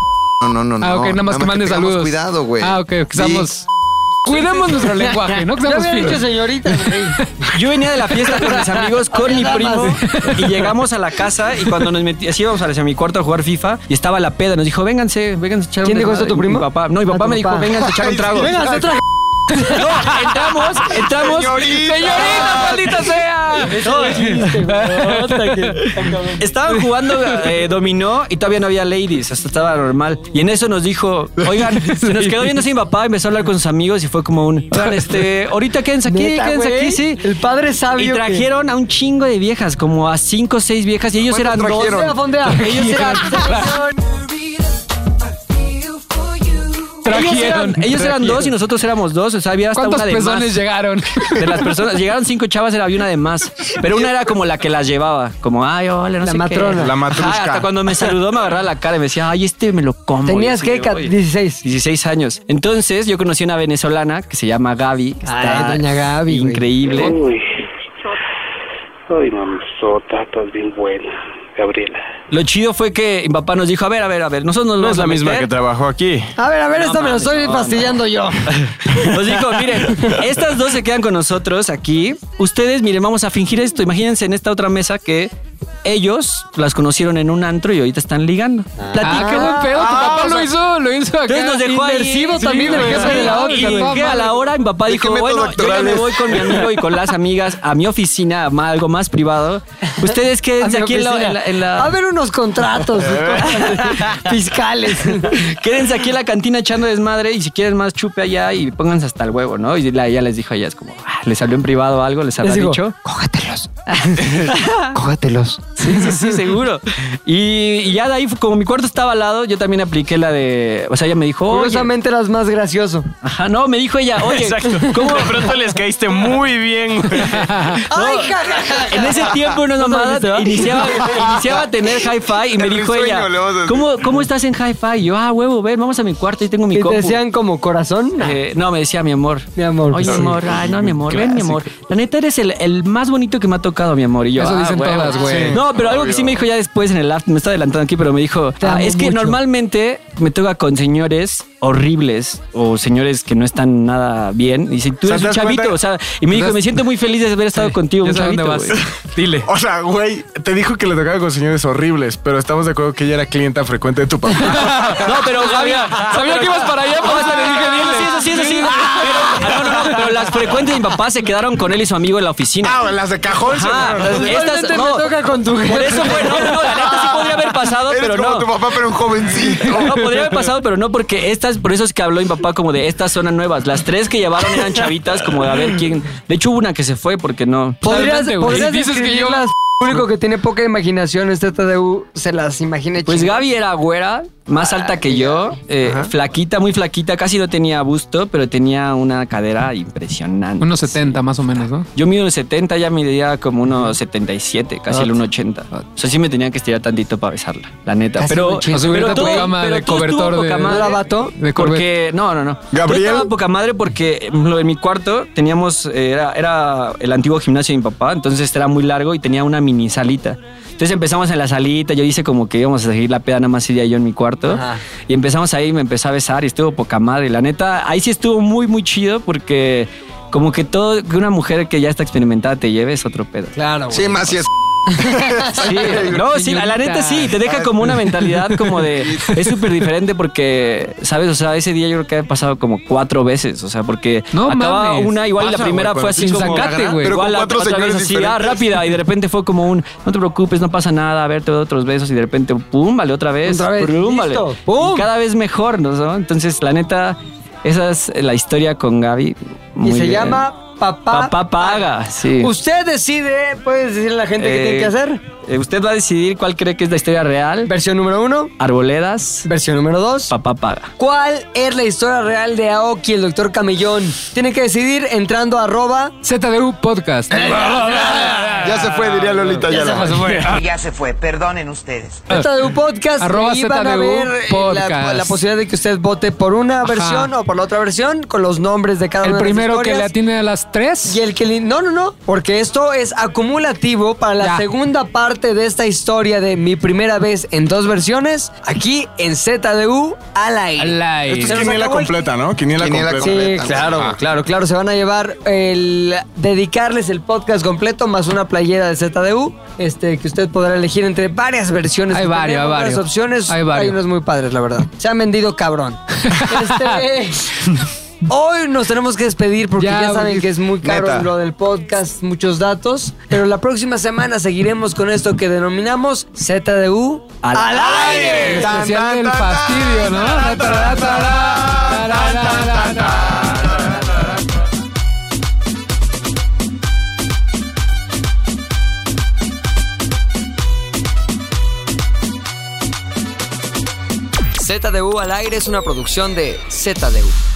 No, no, no. no.
Ah, ok, nada más que mande
tengamos
saludos.
Cuidado, güey.
Ah, ok, que
Sí.
seamos. Cuidemos nuestro lenguaje, no que
Ya
seamos
había dicho
finos.
señorita, güey.
Yo venía de la fiesta con mis amigos, con mi primo, y llegamos a la casa y cuando nos metíamos, así íbamos hacia mi cuarto a jugar FIFA y estaba la peda. Nos dijo, vénganse, vénganse a echar un
¿Quién dijo
trago".
esto, tu
Y mi
primo?
papá. No, mi
Ah,
papá
tu
me dijo,
papá.
vénganse a echar un trago.
Venga, se traje.
No, entramos, entramos.
Señorita.
¡Señorita, maldita sea! Estaban jugando eh, dominó y todavía no había ladies, hasta estaba normal. Y en eso nos dijo, oigan, se nos quedó viendo sin papá y empezó a hablar con sus amigos y fue como un, oigan, este, ahorita quédense aquí,
Neta,
quédense
güey.
aquí, sí.
El padre
Y
sabio. que-
trajeron a un chingo de viejas, como a cinco o seis viejas, y ellos eran
¿Cuántas
dos.
trajeron?
Fondea, fondea.
Ellos eran, ellos
Trajeron.
eran, ellos eran dos y nosotros éramos dos, o sea, había hasta
¿Cuántos
una de más.
pezones llegaron?
de las personas. Llegaron cinco chavas, era había una de más. Pero una era como la que las llevaba. Como, ay, hola, no
La
sé qué.
matrona.
La
Ajá,
matrusca.
hasta cuando me saludó, me agarraba la cara y me decía, ay, este me lo como.
Tenías
Y yo
que
así de, "Oye".
16.
16 años. Entonces, yo conocí a una venezolana que se llama Gaby. que
Ay,
está
doña Gaby, güey.
Increíble.
Uy. Ay, mamazota, estás bien buena, Gabriela.
Lo chido fue que mi papá nos dijo, a ver, a ver, a ver, nosotros nos
No
vamos
es la
a
misma
meter".
que trabajó aquí.
A ver, a ver,
No
esta me lo
mames,
estoy
no,
fastidiando yo.
Nos Pues dijo, miren, estas dos se quedan con nosotros aquí. Ustedes, miren, vamos a fingir esto. Imagínense en esta otra mesa que ellos las conocieron en un antro y ahorita están ligando.
Ah,
Platica-
qué buen pedo. Tu papá lo hizo, lo hizo acá.
Entonces nos dejó
Inmersivo
ahí.
también
Sí,
el
güey.
jefe de la
Y
otra.
que a la hora mi papá
¿De
dijo,
qué método
bueno, yo ya
doctoral
me
es?
voy con mi amigo y con las amigas a mi oficina, a algo más privado. Ustedes quédense
A mi
aquí en la-
oficina.
en la- en la...
A ver unos contratos fiscales.
Quédense aquí en la cantina echando desmadre y si quieren más chupe allá y pónganse hasta el huevo, ¿no? Y la- ella les dijo allá, es como, "Ah, les habló en privado algo, les habrá
Les digo,
dicho.
Cógetelos. Cógetelos.
Sí, sí, sí, seguro. Y, y ya de ahí, como mi cuarto estaba al lado, yo también apliqué la de. O sea, ella me dijo. oye-
Curiosamente eras más gracioso.
Ajá, no, me dijo ella, oye, ¿cómo?
De pronto les caíste muy bien, güey.
¡Ay, jajaja!
En ese tiempo no nomada iniciaba, iniciaba a tener hi-fi y me
El
dijo
risueño,
ella,
le vamos a decir.
¿cómo, ¿cómo estás en hi-fi? Y yo, ah, huevo, ven, vamos a mi cuarto, ahí tengo mi
¿Y te
compu.
decían como corazón?
Eh, no, me decía mi amor.
Mi amor,
Oye,
pues,
amor,
sí.
ay, no, mi amor, ven, mi amor. La neta eres el, el más bonito que me ha tocado, mi amor. Y yo,
Eso
ah,
dicen todas, güey.
No, pero algo que sí me dijo ya después en el after, me está adelantando aquí, pero me dijo,
Te
"Ah,
amo
es que
mucho".
normalmente me toca con señores horribles o señores que no están nada bien. Y dice, tú
O sea,
eres
¿te
un
das
chavito,
cuenta?
o sea, y me dijo, me siento muy feliz de haber estado contigo,
Ya
un
sé a dónde
chavito,
vas.
güey".
Dile.
O sea, güey, te dijo que le tocaba con señores horribles, pero estamos de acuerdo que ella era clienta frecuente de tu papá.
No, pero
Sabía, sabía que ibas para allá, por eso le dije,
Ah,
dile.
Sí, eso sí, eso sí. Pero, ah, no, no, no, pero las frecuentes de mi papá se quedaron con él y su amigo en la oficina.
ah, las de cajón. se
Ajá,
fueron.
estas,
Igualmente
no,
me toca con tu
por
jefe.
eso fue, no, no, no, la neta sí podría haber pasado,
Eres
pero
como
no.
tu papá, pero un jovencito.
No, podría haber pasado, pero no, porque estas, por eso es que habló mi papá como de estas zonas nuevas. Las tres que llevaron eran chavitas, como de a ver quién. De hecho, hubo una que se fue porque no.
¿Podrías,
Adelante, güey.
¿podrías
Dices que
describir
yo-
las- El único que tiene poca imaginación este TDU se las imagina
Pues
chingón.
Gaby era güera, más
Ah,
alta que yo, eh, flaquita, muy flaquita, casi no tenía busto, pero tenía una cadera impresionante.
Unos 70 más o menos, ¿no?
Yo mido unos 70, ya medía como unos 77, casi el 1,80. O sea, sí me tenía que estirar tantito para besarla, la neta.
Casi
pero,
un ochenta.
O subirte
pero
a tu
todo-
cama
pero
de
todo estuvo
cobertor
poca
de-
madre
¿No la vato? De Corvette.
Porque, no, no, no.
Gabriel.
Yo estaba poca madre porque mm, lo de mi cuarto teníamos, eh, era, era el antiguo gimnasio de mi papá, entonces era muy largo y tenía una mini salita. Entonces empezamos en la salita, yo hice como que íbamos a seguir la peda nada más ella y yo en mi cuarto. Y empezamos ahí, me empezó a besar y estuvo poca madre. La neta, ahí sí estuvo muy, muy chido porque como que todo, que una mujer que ya está experimentada te lleve es otro pedo.
Claro, güey.
Sí, más si es.
Sí, no, sí, la, la
Señorita.
neta sí, te deja como una mentalidad como de... Es súper diferente porque, ¿sabes? O sea, ese día yo creo que ha pasado como cuatro veces, o sea, porque
No
acaba
mames.
una, igual y
Pasa,
la primera
güey,
fue
cuando
así
pinches
como...
sacate, güey.
Pero con
Igual la
cuatro
otra vez
señores
así, ah,
diferentes.
rápida, y de repente fue como un, no te preocupes, no pasa nada, a ver, te doy otros besos, y de repente, pum, vale, otra vez,
Otra vez,
pum, vale.
listo,
Y
pum.
cada vez mejor, ¿no? Entonces, la neta, esa es la historia con
Y
Gaby. Muy
se
bien.
llama Papá.
Papá Paga, sí.
Usted decide, puedes decirle a la gente qué
Eh,
tiene que hacer.
eh, Usted va a decidir cuál cree que es la historia real.
Versión número uno,
Arboledas,
versión número dos.
papá paga.
¿Cuál es la historia real de Aoki, el doctor Camellón? Tienen que decidir entrando a arroba.
ZDU Podcast.
Eh,
Ya se fue, diría Lolita
Ya se
Ayala.
fue.
Ya se fue, perdonen ustedes.
ZDU Podcast.
Ah, Arroba
y van a
ZDU
ver eh, La,
Podcast.
la posibilidad de que usted vote por una versión o por la otra versión con los nombres de cada
El
una de las
primero que le
historias.
atine a las tres.
Y el que... li- No, no, no, porque esto es acumulativo para la
Ya.
segunda parte de esta historia de mi primera vez en dos versiones, aquí en ZDU al aire.
Al aire.
Se
Esto
nos
es quiniela
acabó el-
completa, ¿no? Quiniela,
Quiniela
completa.
Sí,
completa.
claro,
Ah.
claro, claro. Se van a llevar el dedicarles el podcast completo más una playera de ZDU, este, que usted podrá elegir entre varias versiones.
Hay
que
varios,
tenemos,
hay varios.
varias opciones.
Hay varios.
unos muy padres, la verdad. Se han vendido cabrón. Este, Hoy nos tenemos que despedir porque
Ya,
ya, saben
porque-
que es muy caro
Neta.
lo del podcast, muchos datos. Pero la próxima semana seguiremos con esto que denominamos ZDU
Al-
al aire.
El
Tan,
especial
tan,
del
tan,
fastidio, ¿no?
tan, tan, tan, tan, tan, tan,
ZDU al aire es una producción de ZDU.